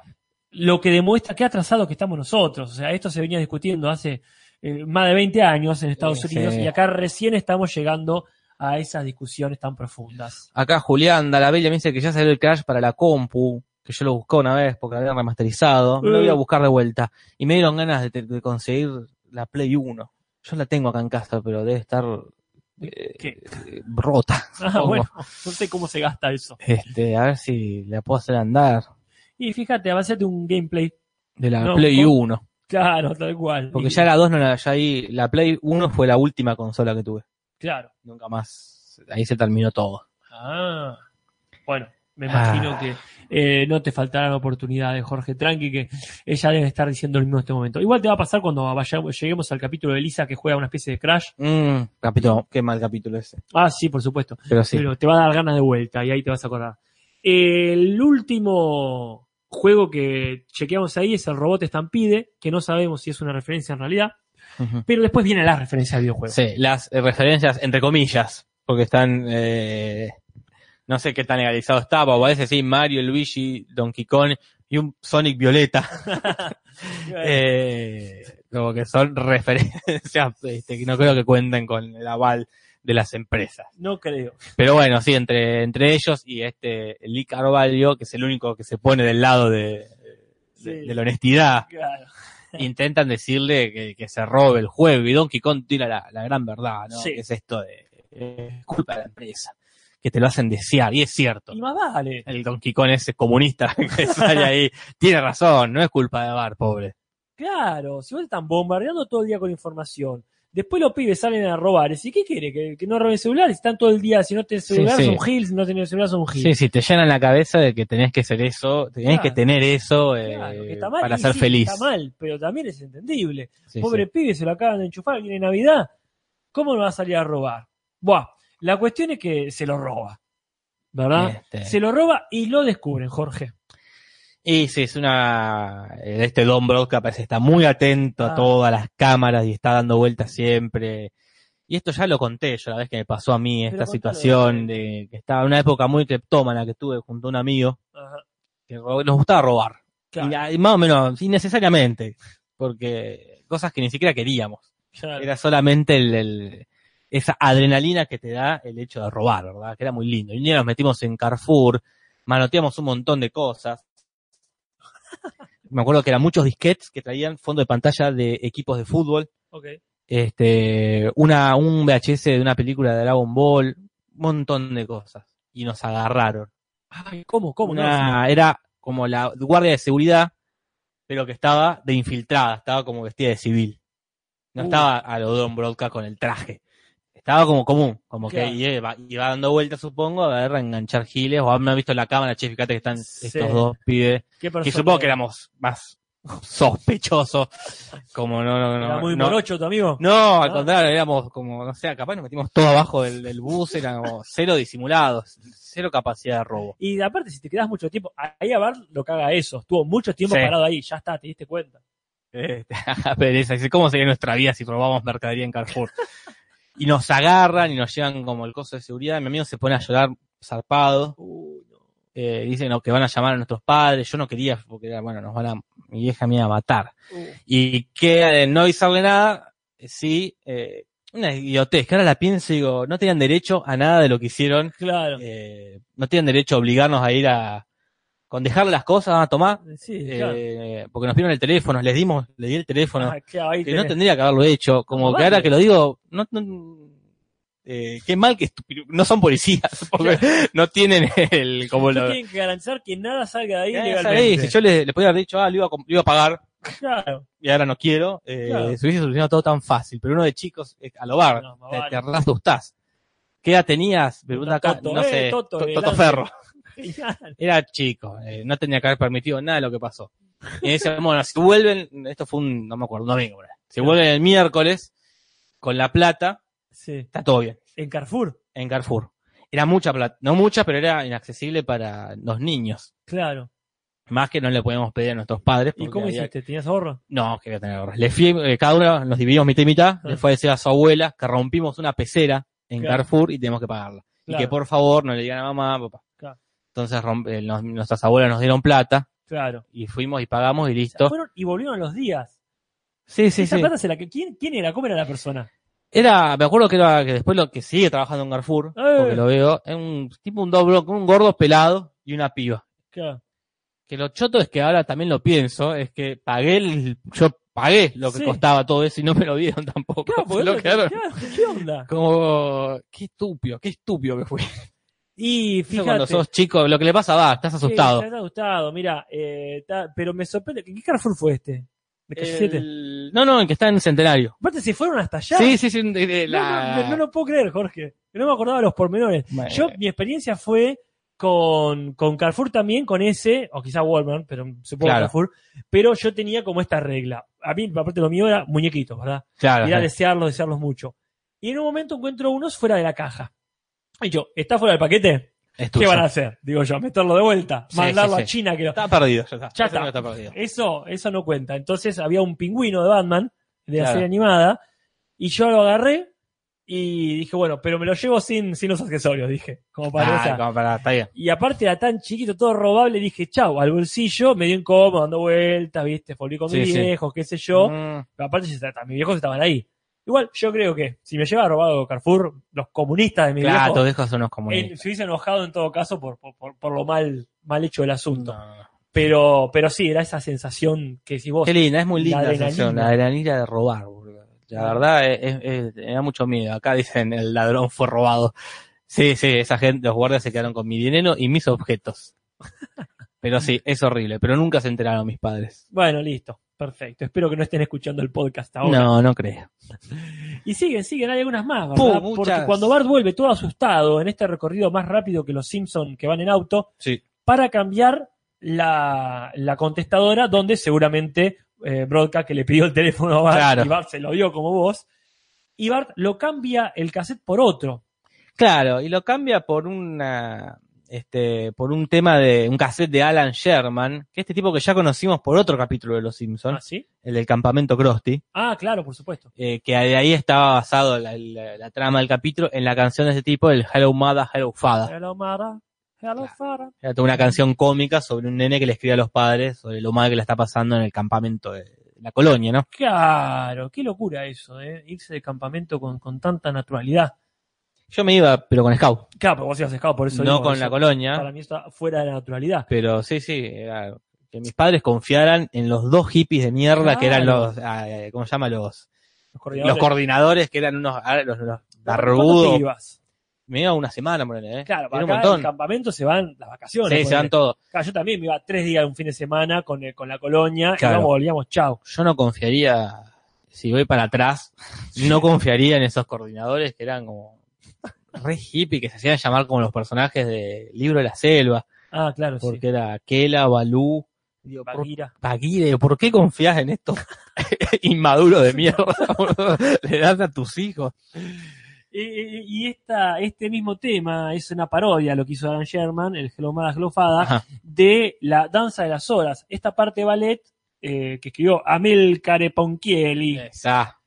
lo que demuestra qué atrasados que estamos nosotros. O sea, esto se venía discutiendo hace eh, más de 20 años en Estados Sí, Unidos sí. y acá recién estamos llegando a esas discusiones tan profundas. Acá Julián Dalabella me dice que ya salió el Crash para la compu, que yo lo busqué una vez porque lo habían remasterizado, no lo voy a Eh. buscar de vuelta. Y me dieron ganas de, te- de conseguir la Play 1. Yo la tengo acá en casa, pero debe estar eh, ¿Qué? eh, rota. (laughs) Ah, supongo. bueno, no sé cómo se gasta eso. Este, a ver si la puedo hacer andar Y fíjate, avanzate un gameplay. (laughs) de la No, Play ¿cómo? 1. Claro, tal cual. Porque Y- ya la 2 no la, ya ahí, la Play 1 fue la última consola que tuve. Claro. Nunca más ahí se terminó todo. Ah, bueno, me imagino Ah. que eh, no te faltarán oportunidades, Jorge Tranqui, que ella debe estar diciendo lo mismo en este momento. Igual te va a pasar cuando vayamos, lleguemos al capítulo de Lisa que juega una especie de Crash. Mm, capítulo, qué mal capítulo ese. Ah, sí, por supuesto. Pero sí. Pero te va a dar ganas de vuelta y ahí te vas a acordar. El último juego que chequeamos ahí es el robot Estampide, que no sabemos si es una referencia en realidad, Ujú. pero después viene la referencia de videojuegos. Sí, las eh, referencias, entre comillas, porque están, eh, no sé qué tan legalizado está, pero parece sí, Mario, Luigi, Donkey Kong y un Sonic Violeta. Eh, como que son (laughs) referencias este, que no creo que cuenten con el aval de las empresas. No creo. Pero bueno, sí, entre, entre ellos y este Lee Carvalho, que es el único que se pone del lado de, de- Sí. de la honestidad, Claro. Este. intentan decirle que, que se robe el juego. Y Donkey Kong tira la, la gran verdad, ¿no? Sí. Que es esto de eh, es culpa de la empresa, que te lo hacen desear, y es cierto. Y más vale. El Donkey Kong ese comunista (laughs) que sale ahí, tiene razón, no es culpa de Bar, pobre. Claro, si vos te están bombardeando todo el día con información. Después los pibes salen a robar. ¿Y qué quiere? ¿Que, que no roben celulares? Están todo el día. Si no tenés Sí, celular, sí. son gil. Si no tenés celular, son gil. Sí, sí, te llenan la cabeza de que tenés que ser eso, tenés Claro. que tener eso eh, Claro, que está mal. para y ser sí, feliz. Está mal, pero también es entendible. Sí, Pobre sí. pibe, se lo acaban de enchufar, viene Navidad. ¿Cómo no va a salir a robar? Buah, la cuestión es que se lo roba, ¿verdad? Este. Se lo roba y lo descubren, Jorge. Y sí, es una. eh, Este Don Brock parece está muy atento Ah. a todas las cámaras y está dando vueltas siempre. Y esto ya lo conté yo la vez que me pasó a mí, Pero esta contalo, situación de que estaba en una época muy cleptómana que tuve junto a un amigo Ajá, que ro- nos gustaba robar. claro, Y la- y más o menos, innecesariamente. Porque cosas que ni siquiera queríamos. claro. Era solamente el, el- esa adrenalina que te da el hecho de robar, ¿verdad? Que era muy lindo. Y un día nos metimos en Carrefour, manoteamos un montón de cosas. Me acuerdo que eran muchos disquets que traían fondo de pantalla de equipos de fútbol, Ok. este, una, un VHS de una película de Dragon Ball, un montón de cosas. Y nos agarraron. Ay, ¿Cómo? ¿Cómo? No, Una- era como la guardia de seguridad, pero que estaba de infiltrada, estaba como vestida de civil. No Uh. estaba a lo Don Brodka con el traje. Estaba como común, como Claro. que iba, iba dando vueltas, supongo, a ver, a enganchar giles, o me ha visto en la cámara, che, fíjate que están Sí. estos dos pibes. ¿Qué Que persona? supongo que éramos más (laughs) sospechosos, como no, no, no. Era muy no, morocho tu amigo. no, al Ah. contrario, éramos como, no sé, capaz nos metimos todo abajo del, del bus, éramos cero disimulados, cero capacidad de robo. Y aparte, si te quedas mucho tiempo, ahí a Bart lo caga eso. Estuvo mucho tiempo Sí. parado ahí, ya está, te diste cuenta. Este, (laughs) pereza. Dice, ¿cómo sería nuestra vida si robamos mercadería en Carrefour? Y nos agarran y nos llevan como el coso de seguridad. Mi amigo se pone a llorar zarpado. Uy, no. Eh, dicen no, que van a llamar a nuestros padres. Yo no quería, porque era, bueno, nos van a, mi vieja me iba a matar. Uh, Y que de no avisarle nada, sí, eh, una idiotez. Que ahora la pienso y digo, no tenían derecho a nada de lo que hicieron. claro. Eh, no tenían derecho a obligarnos a ir a, con dejarle las cosas, a tomar. sí, claro. eh, porque nos pidieron el teléfono, les dimos, le di el teléfono Ah, claro, ahí que no tenés. tendría que haberlo hecho. Como que Cobarde. ahora que lo digo, no, no- eh, qué mal que estu- no son policías, (laughs) porque no tienen el, como No lo, tienen que garantizar que nada salga de ahí Ya, ya legalmente. sabés, si yo le, le podía haber dicho, ah, lo iba, a, comp- lo iba a pagar Claro. y ahora no quiero, eh, Claro. se hubiese solucionado todo tan fácil, pero uno de chicos, eh, a lo bar, No, más te, vale. te asustás. ¿Qué edad tenías? Pregunta acá, Toto, no eh, sé, Toto, To- Toto adelante. Ferro. (laughs) Genial. Era chico, eh, no tenía que haber permitido nada de lo que pasó. Y dice, bueno, si vuelven, esto fue un, no me acuerdo, un domingo, ¿verdad? si vuelven el miércoles con la plata, Sí. está todo bien, En Carrefour, en Carrefour. Era mucha plata, no mucha, pero era inaccesible para los niños. claro. Más que no le podíamos pedir a nuestros padres. ¿Y porque cómo había- hiciste? ¿Tenías ahorro? No, que quería tener ahorros. Le fui, eh, cada uno nos dividimos mitad y mitad, Ah. le fue a decir a su abuela que rompimos una pecera en Claro. Carrefour y tenemos que pagarla. Claro. Y que por favor no le digan a mamá, papá. Claro. Entonces romp- eh, nos- nuestras abuelas nos dieron plata. Claro. y fuimos y pagamos y listo. Fueron y volvieron a los días. Sí, sí, Esa sí. plata se la que. ¿Quién, quién era? ¿Cómo era la persona? Era, me acuerdo que era que después lo que sigue trabajando en Carrefour, Eh. porque lo veo, es un tipo un doble, un gordo pelado y una piba. (laughs) Claro. Que lo choto es que ahora también lo pienso, es que pagué el- yo pagué lo que Sí. costaba todo eso y no me lo dieron (laughs) tampoco. Claro, Se porque lo otro- quedaron claro, ¿Qué onda? Como, qué estúpido, qué estúpido que fue. (laughs) Y Eso fíjate. cuando sos chico, lo que le pasa va, estás Sí, asustado. estás asustado, mira. eh, ta- pero me sorprende. ¿Qué Carrefour fue este? ¿De calle 7? El- No, no, el que está en Centenario. Aparte, se fueron hasta allá. Sí, sí, sí. de- de No, la- no, no, no lo puedo creer, Jorge. No me acordaba los pormenores. Bueno. Yo, (laughs) mi experiencia fue con, con Carrefour también, con ese, o quizá Walmart, pero supongo Claro. Carrefour. Pero yo tenía como esta regla. A mí, aparte lo mío era muñequitos, ¿verdad? Claro. Era ajá. desearlos, desearlos mucho. Y en un momento encuentro unos fuera de la caja. Y yo, ¿está fuera del paquete? Es ¿Qué tuyo. van a hacer? Digo yo, meterlo de vuelta, Sí, mandarlo sí, a sí. China que lo- Está perdido, ya está. Ya Ese está. no está perdido. Eso, eso no cuenta. Entonces había un pingüino de Batman, de la Claro. serie animada, y yo lo agarré y dije, bueno, pero me lo llevo sin, sin los accesorios, dije. Como para Ah, esa. como para- está bien. Y aparte era tan chiquito, todo robable, dije, chau, al bolsillo, me dio incómodo, dando vueltas, viste, volví con Sí, mis sí. viejos, qué sé yo. Mm, Pero aparte ya está- mis viejos estaban ahí. Igual, yo creo que si me lleva robado Carrefour, los comunistas de mi claro, viejo, tus viejos son unos eh, comunistas. se hubiesen enojado en todo caso por, por, por- por lo mal, mal hecho del asunto. No, no. Pero, pero sí, era esa sensación que si vos Qué linda, es muy La linda la adrenalina. sensación, la adrenalina de robar. boludo. La verdad, es, es- me da mucho miedo. Acá dicen, el ladrón fue robado. Sí, sí, esa gente, los guardias se quedaron con mi dinero y mis objetos. (laughs) Pero sí, es horrible. Pero nunca se enteraron mis padres. Bueno, listo. Perfecto. Espero que no estén escuchando el podcast ahora. No, no creo. Y siguen, siguen. Hay algunas más, ¿verdad? Pum, muchas. Porque cuando Bart vuelve todo asustado en este recorrido más rápido que los Simpson que van en auto, Sí. para cambiar la, la contestadora, donde seguramente eh, Brodka que le pidió el teléfono a Bart Claro. y Bart se lo dio como vos. Y Bart lo cambia el cassette por otro. Claro, y lo cambia por una, este, por un tema de, un cassette de Alan Sherman, que este tipo que ya conocimos por otro capítulo de Los ¿Ah, Simpsons, sí? el del campamento Krusty. Ah, claro, por supuesto. eh, que de ahí estaba basado la, la- la trama del capítulo en la canción de ese tipo, el Hello Mada, Hello Fada. Hello, Mara. Hello, Farah. Era toda una canción cómica sobre un nene que le escribe a los padres sobre lo mal que le está pasando en el campamento de la colonia, ¿no? Claro, qué locura eso, ¿eh? Irse de campamento con, con tanta naturalidad. Yo me iba, pero con Scout, Claro, pero vos ibas escado, por eso. no digo, con eso la colonia, Para mí está fuera de la naturalidad. pero sí, sí, era que mis padres confiaran en los dos hippies de mierda que eran Claro. los, ah, eh, ¿cómo se llama? Los, Los los coordinadores. coordinadores que eran unos, ah, los, los ¿Cuándo te barbudos. ibas? Me iba una semana, ponele, ¿eh? Claro, Era un acá en montón. campamento se van las vacaciones. Sí, se ponele. van todos. Claro, Ah, yo también me iba tres días un fin de semana con, eh, con la colonia Claro. y vamos, volvíamos, chao. yo no confiaría, si voy (laughs) para atrás, no confiaría en esos coordinadores que eran como re hippie, que se hacían llamar como los personajes de Libro de la Selva, Ah, claro, porque sí. era Kela, Balú, digo, ¿por, Bagheera. Bagheera, ¿por qué confías en (laughs) estos inmaduros de (laughs) mierda? boludo? Le das a tus hijos. Y, y- y esta, este mismo tema es una parodia, lo que hizo Alan Sherman, el Hello Mara Glofada, Ajá. de la Danza de las Horas. Esta parte de ballet eh, que escribió Amilcare Ponchielli, Esa.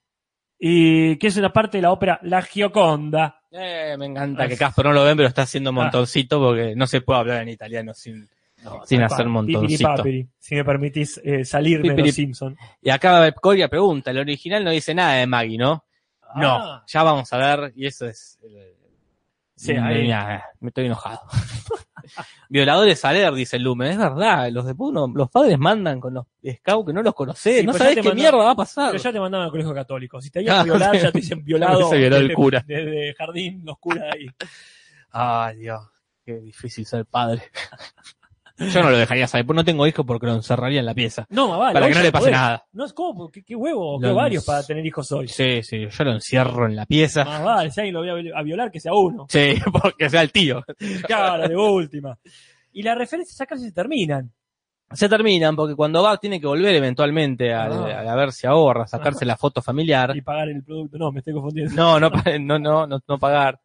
y que es una parte de la ópera La Gioconda. Eh, me encanta que Casper no lo ven, pero está haciendo un montoncito porque no se puede hablar en italiano sin... Sin Papá, hacer montoncito. pipiripapiri, Si me permitís eh, salirme de Pipirip- los Simpsons. Y acá Coria pregunta, el original no dice nada de Maggie, ¿no? Ah, No, ya vamos a ver, y eso es. eh, Sí, me- ahí. mira, me estoy enojado. (laughs) Violadores a leer, dice el Lumen. Es verdad, los de Puno, los padres mandan con los scouts que no los conocés, Sí, no pero sabés ya te qué mandan- mierda va a pasar. Pero ya te mandaban al colegio católico. Si te iban a Ah, violar, bueno. ya te dicen violado. Se violó el desde- cura. Desde jardín, los curas ahí. Ay, Dios, qué difícil ser padre. (laughs) Yo no lo dejaría saber, pues no tengo hijos porque lo encerraría en la pieza. No, más vale. para hoy que Ah, no ya le pase podés. nada. No es como, qué, qué huevo, qué Los- varios para tener hijos hoy. Sí, sí, yo lo encierro en la pieza. Más vale, si alguien lo voy a violar, que sea (laughs) uno. Sí, (laughs) porque sea el tío. Claro, de última. Y las referencias ya casi se terminan. Se terminan porque cuando va tiene que volver eventualmente a, Ah. a ver si ahorra, sacarse la foto familiar. (laughs) Y pagar el producto. No, me estoy confundiendo. No, no, pa- no, no, no, no pagar,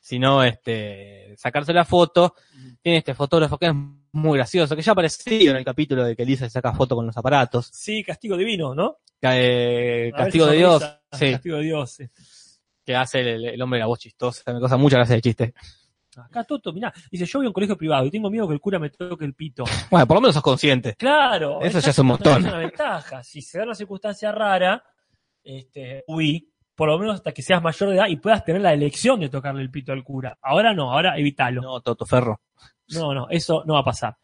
sino este, sacarse la foto. Tiene este fotógrafo que es muy gracioso, que ya apareció en el capítulo de que Lisa se saca foto con los aparatos. Sí, castigo divino, ¿no? Ca- eh, A ver, castigo de Dios, sonrisa, sí, Castigo de Dios. eh. que hace el, el hombre de la voz chistosa, me cosa mucha gracia el chiste. Acá Toto, mirá, dice, yo voy a un colegio privado y tengo miedo que el cura me toque el pito. Bueno, por lo menos sos consciente. Claro. Eso esa ya es un otra- montón. Es una ventaja. Si se da una circunstancia rara, este, uy, por lo menos hasta que seas mayor de edad y puedas tener la elección de tocarle el pito al cura. Ahora no, ahora evítalo. No, No, Toto Ferro. no, eso no va a pasar.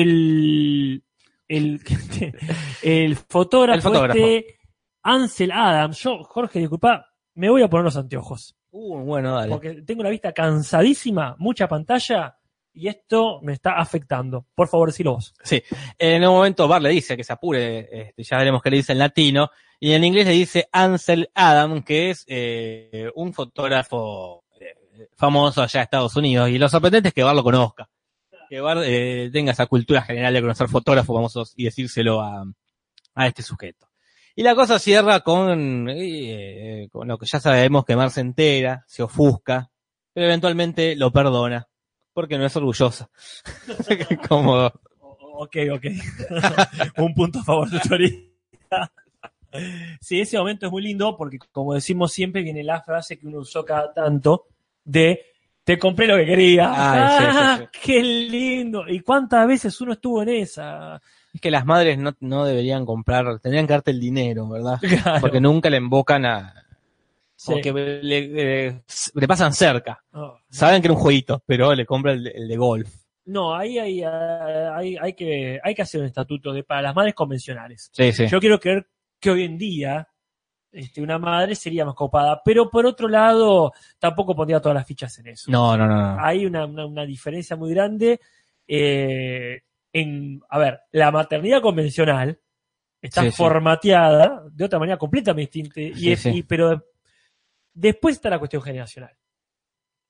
El, el, (laughs) el fotógrafo, El fotógrafo. este, Ansel Adams. Yo, Jorge, disculpa, me voy a poner los anteojos. Uh, bueno, dale. Porque tengo la vista cansadísima, mucha pantalla y esto me está afectando. Por favor, decilo vos. En un momento Bart le dice que se apure, este, ya veremos qué le dice en latino, y en inglés le dice Ansel Adam, que es eh, un fotógrafo eh, famoso allá en Estados Unidos, y lo sorprendente es que Bart lo conozca, que Bart eh, tenga esa cultura general de conocer fotógrafos famosos y decírselo a, a este sujeto. Y la cosa cierra con, eh, con lo que ya sabemos, que Mar se entera, se ofusca, pero eventualmente lo perdona, porque no es orgullosa. (laughs) Como O- Ok, ok. (laughs) Un punto a favor de Torita. Sí, ese momento es muy lindo porque, como decimos siempre, viene la frase que uno usó cada tanto de te compré lo que quería. Ay, sí, sí, ¡Ah, ¡Qué lindo! ¿Y cuántas veces uno estuvo en esa? Es que las madres no, no deberían comprar, tendrían que darte el dinero, (laughs) ¿verdad? Claro, Porque nunca le invocan a... sí. Porque le, eh, le pasan cerca. Oh. Saben que era un jueguito, pero le compran el, de- el de golf. No, ahí hay, ah, hay, hay que, hay que hacer un estatuto de, para las madres convencionales. Sí, sí. Yo quiero creer que hoy en día este, una madre sería más copada, pero por otro lado, tampoco pondría todas las fichas en eso. No, no, no. no. Hay una, una- una diferencia muy grande. eh, en, a ver, la maternidad convencional está Sí, sí. formateada de otra manera completamente distinta, y Sí, es- sí. y- pero después está la cuestión generacional.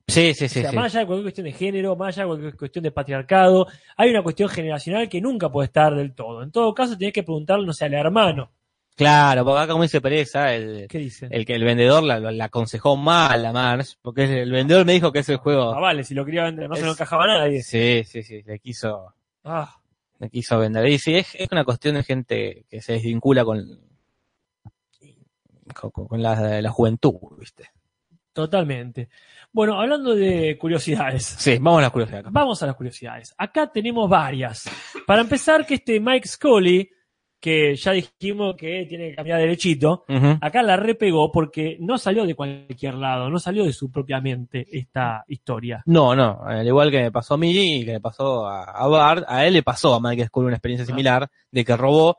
Sí, sí, sí. O sea, sí. más allá de cualquier cuestión de género, más allá de cualquier cuestión de patriarcado, hay una cuestión generacional que nunca puede estar del todo. En todo caso, tenés que preguntarle, no sé, al hermano. Claro, porque acá como dice Pereza, el, ¿Qué dice? el que el vendedor la, la aconsejó mal a Marge, porque el vendedor me dijo que ese Ah, juego... vale, si lo quería vender, no se Es- lo encajaba a nadie. Sí, sí, sí, le quiso... Ah, me quiso vender. Y sí, es, es una cuestión de gente que se desvincula con, con, con la, la juventud, ¿viste? totalmente. Bueno, hablando de curiosidades, Sí, vamos a la curiosidad. vamos a las curiosidades. Acá tenemos varias. Para empezar, que este Mike Scully, que ya dijimos que tiene que cambiar derechito, Ujú. acá la repegó porque no salió de cualquier lado, no salió de su propia mente esta historia. No, no, al igual que me pasó a mí y que le pasó a, a Bart, a él le pasó a Michael School una experiencia similar de que robó,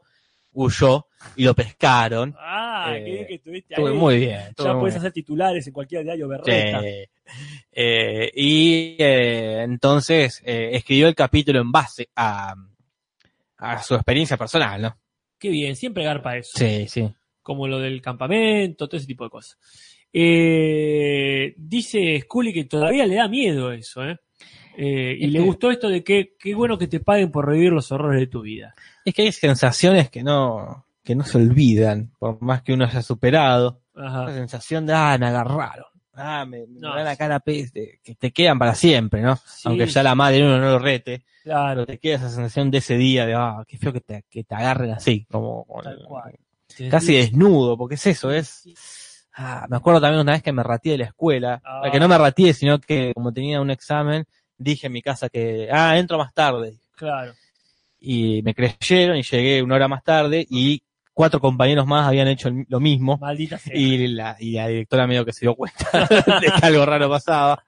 huyó y lo pescaron. Ah, Eh, qué bien que estuviste Estuvo ahí. muy bien. estuvo ya muy puedes bien. hacer titulares en cualquier diario berreta. Sí. Eh, y eh, entonces eh, escribió el capítulo en base a, a su experiencia personal, ¿no? Qué bien, siempre garpa eso. Sí, sí. como lo del campamento, todo ese tipo de cosas. Eh, dice Scully que todavía le da miedo eso, ¿eh? Eh, y Es le que- gustó esto de que qué bueno que te paguen por revivir los horrores de tu vida. Es que hay sensaciones que no, que no se olvidan, por más que uno haya superado. La Ajá. sensación de, ah, me agarraron. Ah, me, me No, dan la sí. cara peste, que te quedan para siempre, ¿no? Sí. Aunque ya la madre uno no lo rete, pero Claro, te queda esa sensación de ese día de, ah, qué feo que te, que te agarren así, como con- tal cual. casi desnudo, porque es eso, es... Ah, me acuerdo también una vez que me rateé de la escuela, Ah. que no me rateé, sino que como tenía un examen, dije en mi casa que, ah, entro más tarde, Claro. y me creyeron y llegué una hora más tarde y cuatro compañeros más habían hecho el- lo mismo Maldita sea. y la, y la directora medio que se dio cuenta (laughs) de que algo raro pasaba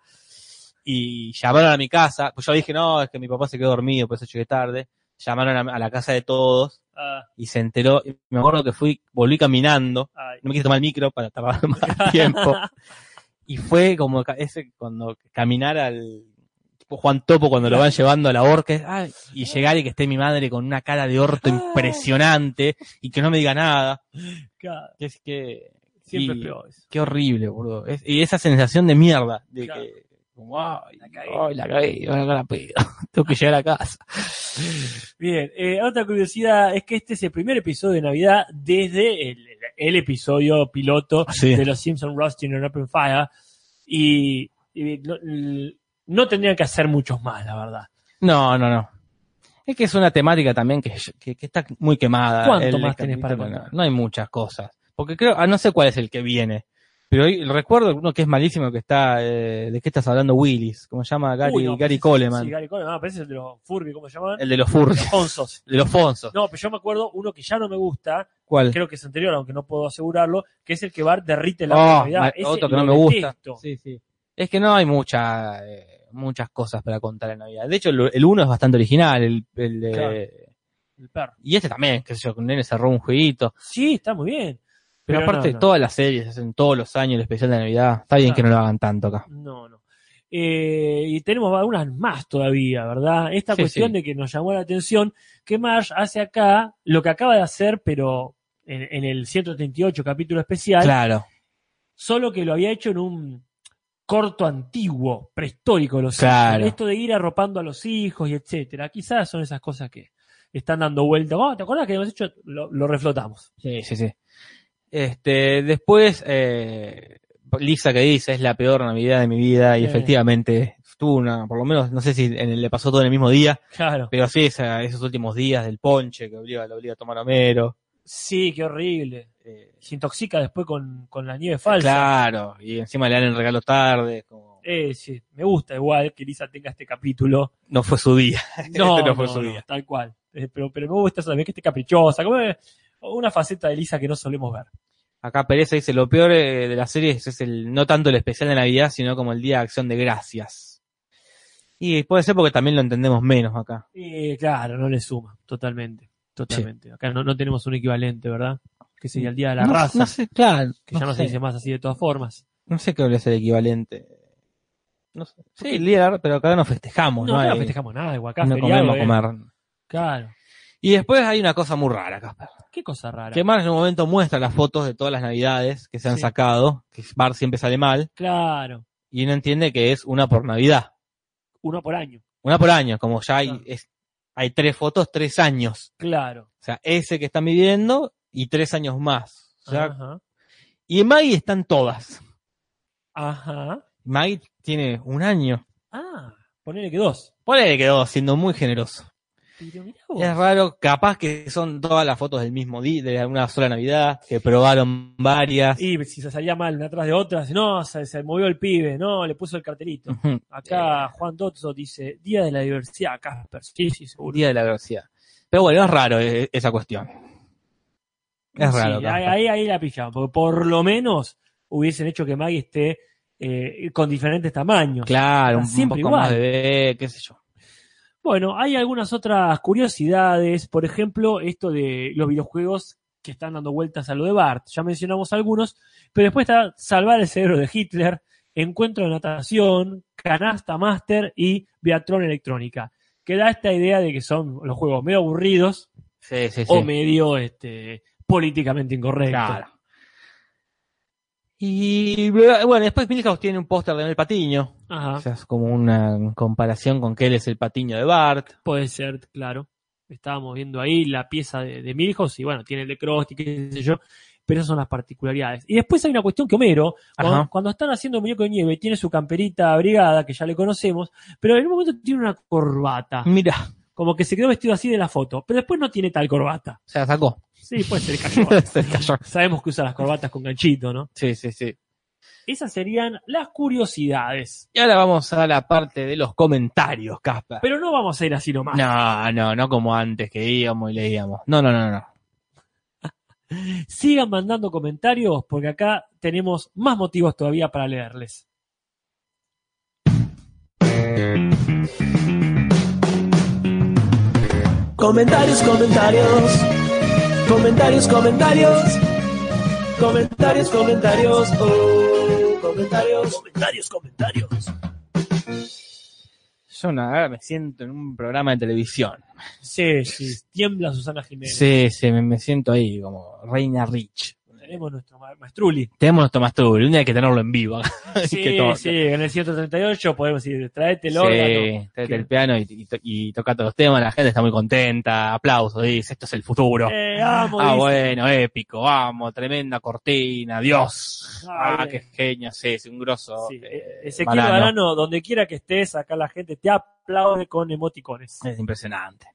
y llamaron a mi casa, pues yo dije no, es que mi papá se quedó dormido, por eso llegué tarde, llamaron a, a la casa de todos Ah, y se enteró, y me acuerdo que fui, volví caminando, ay. no me quise tomar el micro para tardar (laughs) más tiempo y fue como ca- ese cuando caminar al tipo Juan Topo cuando lo van llevando a la horca ay, y llegar y que esté mi madre con una cara de orto Ah. impresionante y que no me diga nada Claro, que es que Siempre y- es peor eso. qué horrible boludo Es- y esa sensación de mierda de Claro. que como, ay, La la cagué. caí, la caí, ahora la pedo. (laughs) tengo que llegar a casa Bien, eh, otra curiosidad es que este es el primer episodio de Navidad desde el, el- el episodio piloto Sí. de los Simpsons Rusting on Open Fire. Y, y no, no tendrían que hacer muchos más, la verdad. no no no es que es una temática también que, que- que está muy quemada. ¿Cuánto más tenés capítulo, para no, contar? no hay muchas cosas. Porque creo, ah, no sé cuál es el que viene. Pero hoy- recuerdo uno que es malísimo que está, eh, ¿de qué estás hablando Willis? ¿Cómo se llama Gary, Uy, no, Gary parece- Coleman? Sí, Gary Coleman, ah, parece el de los Furby, ¿cómo se llaman? el de los furries, Los Onzos. de los Fonsos. No, pero yo me acuerdo uno que ya no me gusta, ¿Cuál? creo que es anterior, aunque no puedo asegurarlo, que es el que Bart derrite la Oh, Navidad. ma- Ese otro que no lo me gusta. detesto. Sí, sí. Es que no hay mucha, eh, muchas cosas para contar en Navidad. De hecho, el, el uno es bastante original. El, el de- Claro. El perro. Y este también, qué sé yo, con nene cerró un jueguito. Sí, está muy bien. Pero, Pero aparte, no, no. todas las series hacen todos los años el especial de Navidad. Está bien Claro. que no lo hagan tanto acá. No, no. Eh, y tenemos algunas más todavía, ¿verdad? Esta Sí, cuestión sí. de que nos llamó la atención, que Marsh hace acá lo que acaba de hacer, pero en, en el 138 capítulo especial, Claro, solo que lo había hecho en un corto antiguo, prehistórico de los Claro. Simpsons. Esto de ir arropando a los hijos y etcétera. Quizás son esas cosas que están dando vuelta. Oh, ¿Te acuerdas que hemos hecho? Lo, lo reflotamos. sí, sí, sí. Este, después, eh, Lisa que dice, es la peor Navidad de mi vida, y Sí. efectivamente tuvo una, por lo menos, no sé si en el- le pasó todo en el mismo día, Claro. pero sí, esa- esos últimos días del ponche que obliga, lo obliga a tomar Homero. Sí, qué horrible. eh, Se intoxica después con, con la nieve falsa. Claro, y encima le dan el regalo tarde, como Eh, sí, me gusta igual que Lisa tenga este capítulo. no fue su día. No, (laughs) Este no fue no, su no, día. tal cual. Eh, pero, pero me gusta eso también, que esté caprichosa. Como eh, una faceta de Lisa que no solemos ver. Acá Pérez dice, lo peor eh, de la serie es el, no tanto el especial de Navidad, sino como el Día de Acción de Gracias. Y puede ser porque también lo entendemos menos acá. Eh, claro, no le suma, totalmente. Totalmente. Acá no, no tenemos un equivalente, ¿verdad? Que sería el Día de la no, Raza, no sé, claro. que ya no no, se sé, dice más así de todas formas. no sé qué es el equivalente. No sé. Sí, el día de la Ra- pero acá no festejamos, ¿no? no, acá no Hay- festejamos nada, igual acá no feriado, comemos eh. comer. Claro. Y después hay una cosa muy rara, Casper. Qué cosa rara. Que Mar en un momento muestra las fotos de todas las navidades que se han Sí. sacado, que Mar siempre sale mal, Claro. y uno entiende que es una por Navidad. Uno por año. Una por año, como ya hay, Claro. es- hay tres fotos, tres años. Claro. O sea, ese que están viviendo y tres años más. O sea, Ajá. y en Maggie están todas. Ajá. Maggie tiene un año. Ah, ponele que dos. Ponele que dos, siendo muy generoso. Pero mirá vos. Es raro, capaz que son todas las fotos del mismo día, de una sola Navidad, que probaron varias. Y si se salía mal una atrás de otra, si no, se, se movió el pibe, no, le puso el cartelito. Ujú. Acá Juan Dotso dice, Día de la Diversidad, Casper. Sí, sí, seguro. Día de la velocidad. Pero bueno, es raro eh, esa cuestión. Es Sí, raro. ahí, Casper. ahí, ahí la pillaron, porque por lo menos hubiesen hecho que Maggie esté eh, con diferentes tamaños. Claro, un, un Siempre poco igual. más bebé, qué sé yo. Bueno, hay algunas otras curiosidades, por ejemplo, esto de los videojuegos que están dando vueltas a lo de Bart. Ya mencionamos algunos, pero después está Salvar el cerebro de Hitler, Encuentro de natación, Canasta Master y Beatrón Electrónica, que da esta idea de que son los juegos medio aburridos Sí, sí, sí. o medio este, políticamente incorrectos. Claro. Y bueno, después Milhouse tiene un póster de Mel Patiño. Ajá, O sea, es como una comparación con que él es el Patiño de Bart. puede ser, claro. Estábamos viendo ahí la pieza de, de Milhouse y bueno, tiene el de Krusty, qué sé yo, pero esas son las particularidades. Y después hay una cuestión que Homero, cuando, Ajá. cuando están haciendo muñeco de nieve, tiene su camperita abrigada, que ya le conocemos, pero en un momento tiene una corbata. Mira, Como que se quedó vestido así de la foto, pero después no tiene tal corbata. se la sacó. Sí, puede ser (laughs) cayó. se cayó. Sabemos que usa las corbatas con ganchito, ¿no? Sí, sí, sí. Esas serían las curiosidades. Y ahora vamos a la parte de los comentarios, Casper. Pero no vamos a ir así nomás. No, no, no como antes que íbamos y leíamos. No, no, no, no. Sigan mandando comentarios porque acá tenemos más motivos todavía para leerles. Comentarios, comentarios. Comentarios, comentarios. Comentarios, comentarios. Oh, comentarios, comentarios, comentarios. Yo no, ahora me siento en un programa de televisión. Sí, sí, tiembla Susana Jiménez. Sí, sí, me, me siento ahí como Reina Rich. Tenemos nuestro ma- (laughs) maestruli. Tenemos nuestro Masturbi, un día hay que tenerlo en vivo. (laughs) Sí, Que todo- sí, en el 138 podemos ir, tráetelo. órgano. Sí, tráete el piano y, y to- y toca todos los temas, la gente está muy contenta, aplausos, dice, esto es el futuro. Eh, amo, ah, dice. bueno, épico, vamos, tremenda cortina, Dios. Ah, Ah, bien. qué genio, sí, es un grosso. Sí, eh, Ezequiel banano. Barano, donde quiera que estés, acá la gente te aplaude con emoticones. (laughs) Es impresionante.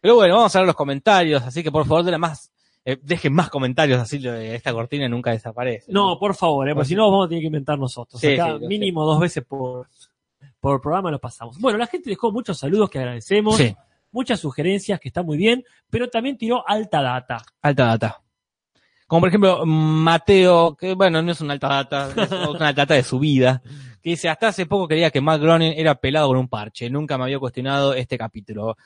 Pero bueno, vamos a ver los comentarios, así que por favor, de la más, eh, dejen más comentarios, así lo de esta cortina nunca desaparece. No, por favor, eh, porque si no vamos a tener que inventar nosotros. Pues Sí, Acá sí, lo sé. mínimo dos veces por, por programa lo pasamos. Bueno, la gente dejó muchos saludos que agradecemos, Sí, muchas sugerencias que está muy bien, pero también tiró alta data. alta data. Como por ejemplo, mm, Mateo, que bueno, no es una alta data, es (laughs) una alta data de su vida, que dice, hasta hace poco creía que Matt Groening era pelado con un parche, nunca me había cuestionado este capítulo.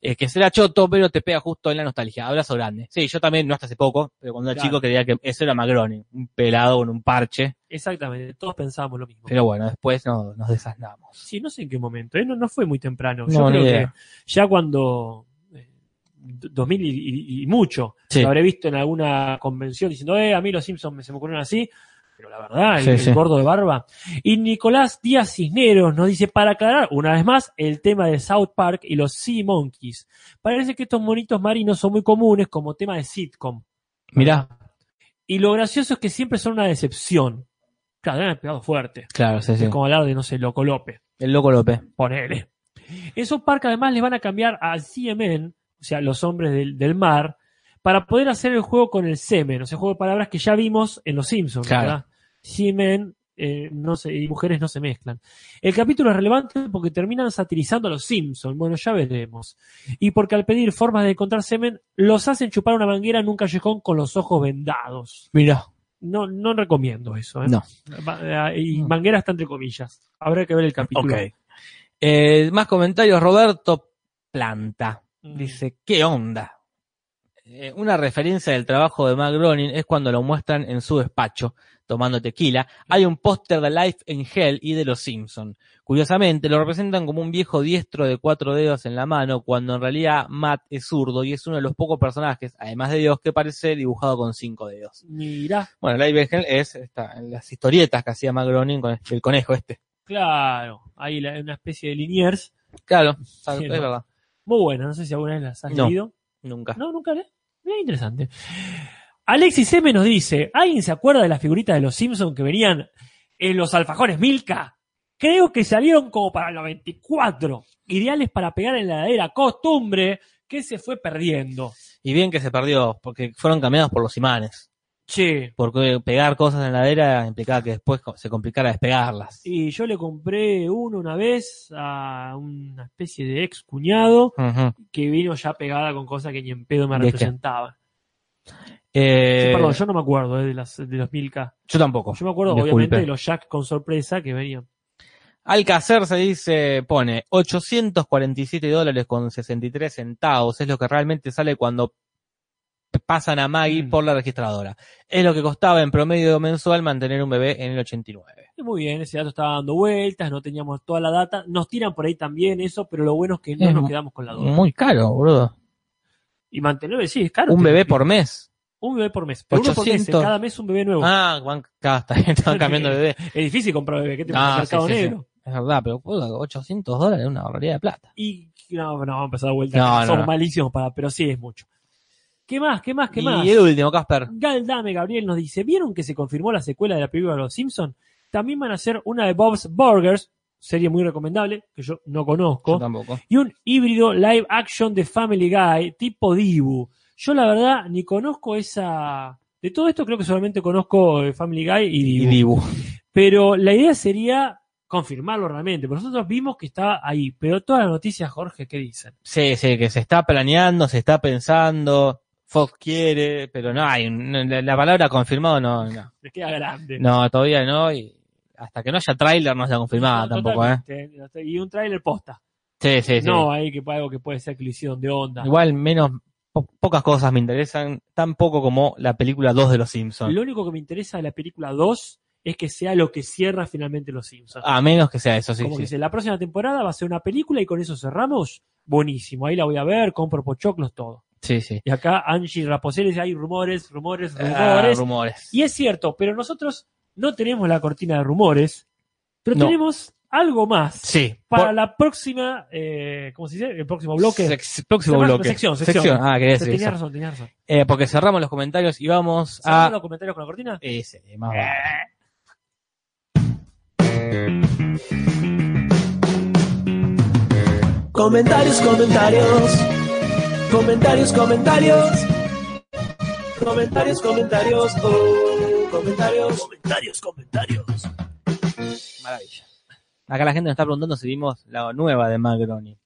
Es que será choto, pero te pega justo en la nostalgia. Abrazo grande. Sí, yo también, no hasta hace poco, pero cuando era Claro. chico creía que eso era Matt Groening, un pelado con un parche. Exactamente, todos pensábamos lo mismo. Pero bueno, después no, nos desasnamos. Sí, no sé en qué momento, ¿eh? no, no fue muy temprano. No, Yo ni creo que idea. ya cuando eh, 2000 y, y- y mucho, Sí. lo habré visto en alguna convención diciendo, eh, a mí los Simpsons me se me ocurrieron así, pero la verdad, el, Sí, el sí. gordo de barba. Y Nicolás Díaz Cisneros nos dice, para aclarar una vez más el tema de South Park y los Sea Monkeys. Parece que estos monitos marinos son muy comunes como tema de sitcom. Mirá, Y lo gracioso es que siempre son una decepción. Claro, me han pegado fuerte. claro, sí, sí. Es como hablar de, no sé, Loco López. El loco López. Ponele. Esos parques además les van a cambiar a CMN, o sea, los hombres del, del mar, para poder hacer el juego con el semen, o sea, juego de palabras que ya vimos en Los Simpsons, Claro. ¿verdad? Semen, eh, no sé, y mujeres no se mezclan. El capítulo es relevante porque terminan satirizando a los Simpsons, bueno, ya veremos. Y porque al pedir formas de encontrar semen, los hacen chupar una manguera en un callejón con los ojos vendados. Mirá. No, no recomiendo eso, ¿eh? No. Va- eh, Y manguera está entre comillas. Habrá que ver el capítulo. Eh, más comentarios. Roberto Planta Mm. dice: ¿Qué onda? Eh, una referencia del trabajo de Matt Groening es cuando lo muestran en su despacho tomando tequila. Hay un póster de Life in Hell y de Los Simpson. Curiosamente, lo representan como un viejo diestro de cuatro dedos en la mano, cuando en realidad Matt es zurdo y es uno de los pocos personajes, además de Dios, que parece dibujado con cinco dedos. Mirá, Bueno, Live in Hell es esta, las historietas que hacía Matt Groening con el conejo este. claro. Ahí la- una especie de Liniers. Claro, tal- Sí, es no. verdad. Muy buena, no sé si alguna vez las has No. leído. Nunca. No, nunca le. Mira, interesante. Alexis M nos dice: ¿Alguien se acuerda de las figuritas de los Simpsons que venían en los alfajores Milka? Creo que salieron como para el 94. Ideales para pegar en la heladera. Costumbre que se fue perdiendo. Y bien que se perdió, porque fueron cambiados por los imanes. Che, Porque pegar cosas en la heladera implicaba que después co- se complicara despegarlas. Y yo le compré uno una vez a una especie de ex cuñado Ujú. que vino ya pegada con cosas que ni en pedo me ¿De qué? representaban. Sí, Eh, perdón, yo, yo no me acuerdo eh, de, las, de los Milka. tampoco. Yo me acuerdo, Disculpe. obviamente, de los Jack con sorpresa que venían. Alcacer se dice, pone 847 dólares con 63 centavos. Es lo que realmente sale cuando p- pasan a Maggie Mm. por la registradora. Es lo que costaba en promedio mensual mantener un bebé en el 89. Y muy bien, ese dato estaba dando vueltas, no teníamos toda la data. Nos tiran por ahí también eso, pero lo bueno es que no Es nos mu- Mm. quedamos con la duda. Muy caro, boludo. Y mantenerlo, sí, es caro. Un te- bebé por mes. Un bebé por mes. Pero uno por mes, eh, 800. cada mes un bebé nuevo. Ah, van, claro, está (laughs) bien, estaban cambiando de bebé. Es difícil comprar bebé, ¿qué te Ah, pasa? Mercado sí, sí, sí. negro. Es verdad, pero boludo, 800 dólares es una barbaridad de plata. Y no, no, vamos a empezar de vuelta. No, no, Somos no. malísimos para, pero sí es mucho. ¿Qué más? ¿Qué más? ¿Qué y más? el último, Casper. Galdame Gabriel nos dice, ¿vieron que se confirmó la secuela de la película de Los Simpson? También van a hacer una de Bob's Burgers, serie muy recomendable, que yo no Yo conozco, tampoco. y un híbrido live action de Family Guy, tipo Dibu. Yo la verdad ni conozco esa... De todo esto creo que solamente conozco eh, Family Guy y Dibu. Y Dibu. Pero la idea sería confirmarlo realmente. porque Nosotros vimos que estaba ahí, pero todas las noticias, Jorge, ¿qué dicen? Sí, sí, que se está planeando, se está pensando. Fox quiere, pero no hay. un- no, La, la palabra confirmado no, no. Les queda grande. No, todavía no. Y hasta que no haya tráiler no está confirmada No, tampoco, ¿eh? totalmente, ¿eh? Y un tráiler posta. Sí, sí, sí. No, ahí que algo que puede ser que lo hicieron de onda. Igual menos. po- pocas cosas me interesan, tan poco como la película 2 de Los Simpsons. Lo único que me interesa de la película 2 es que sea lo que cierra finalmente Los Simpsons. A menos que sea eso, Ah, sí. Como que sí. dice, la próxima temporada va a ser una película y con eso cerramos. Buenísimo, ahí la voy a ver, compro pochoclos, todo. Sí, sí. Y acá Angie Raposel dice, hay rumores, rumores, Ah, rumores. rumores. Y es cierto, pero nosotros no tenemos la cortina de rumores, pero No. tenemos algo más Sí. para por- la próxima, eh, ¿cómo se dice? El próximo bloque. Sex- próximo Semana- bloque. sección, sección. Ah, quería decir tenías eso. razón, tenías razón. Eh, porque cerramos los comentarios y vamos ¿Cerramos a. los comentarios con la cortina? Eh, sí, más vale. Comentarios, comentarios. Comentarios, comentarios. Comentarios, comentarios. Oh, comentarios. Comentarios, comentarios. Maravilla. Acá la gente nos está preguntando si vimos la nueva de Macroni.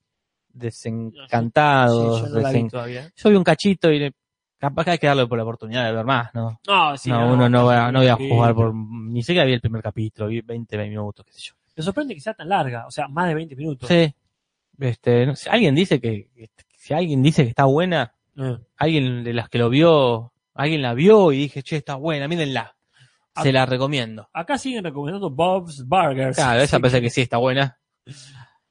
Desencantados. Sí, yo no la vi desen- todavía. Yo vi un cachito y le- capaz que hay que darle por la oportunidad de ver más, ¿no? No, sí, no, uno no, va, no voy a sí. jugar por. Ni siquiera vi el primer capítulo, vi 20, 20 minutos, qué sé yo. Me sorprende que sea tan larga, o sea, más de 20 minutos. Sí. Este, no sé, alguien dice que. Si alguien dice que está buena, Eh. alguien de las que lo vio, alguien la vio y dije, che, está buena, mírenla. Ah. Se la recomiendo. Acá siguen recomendando Bob's Burgers. Claro, esa Sí. parece que sí está buena.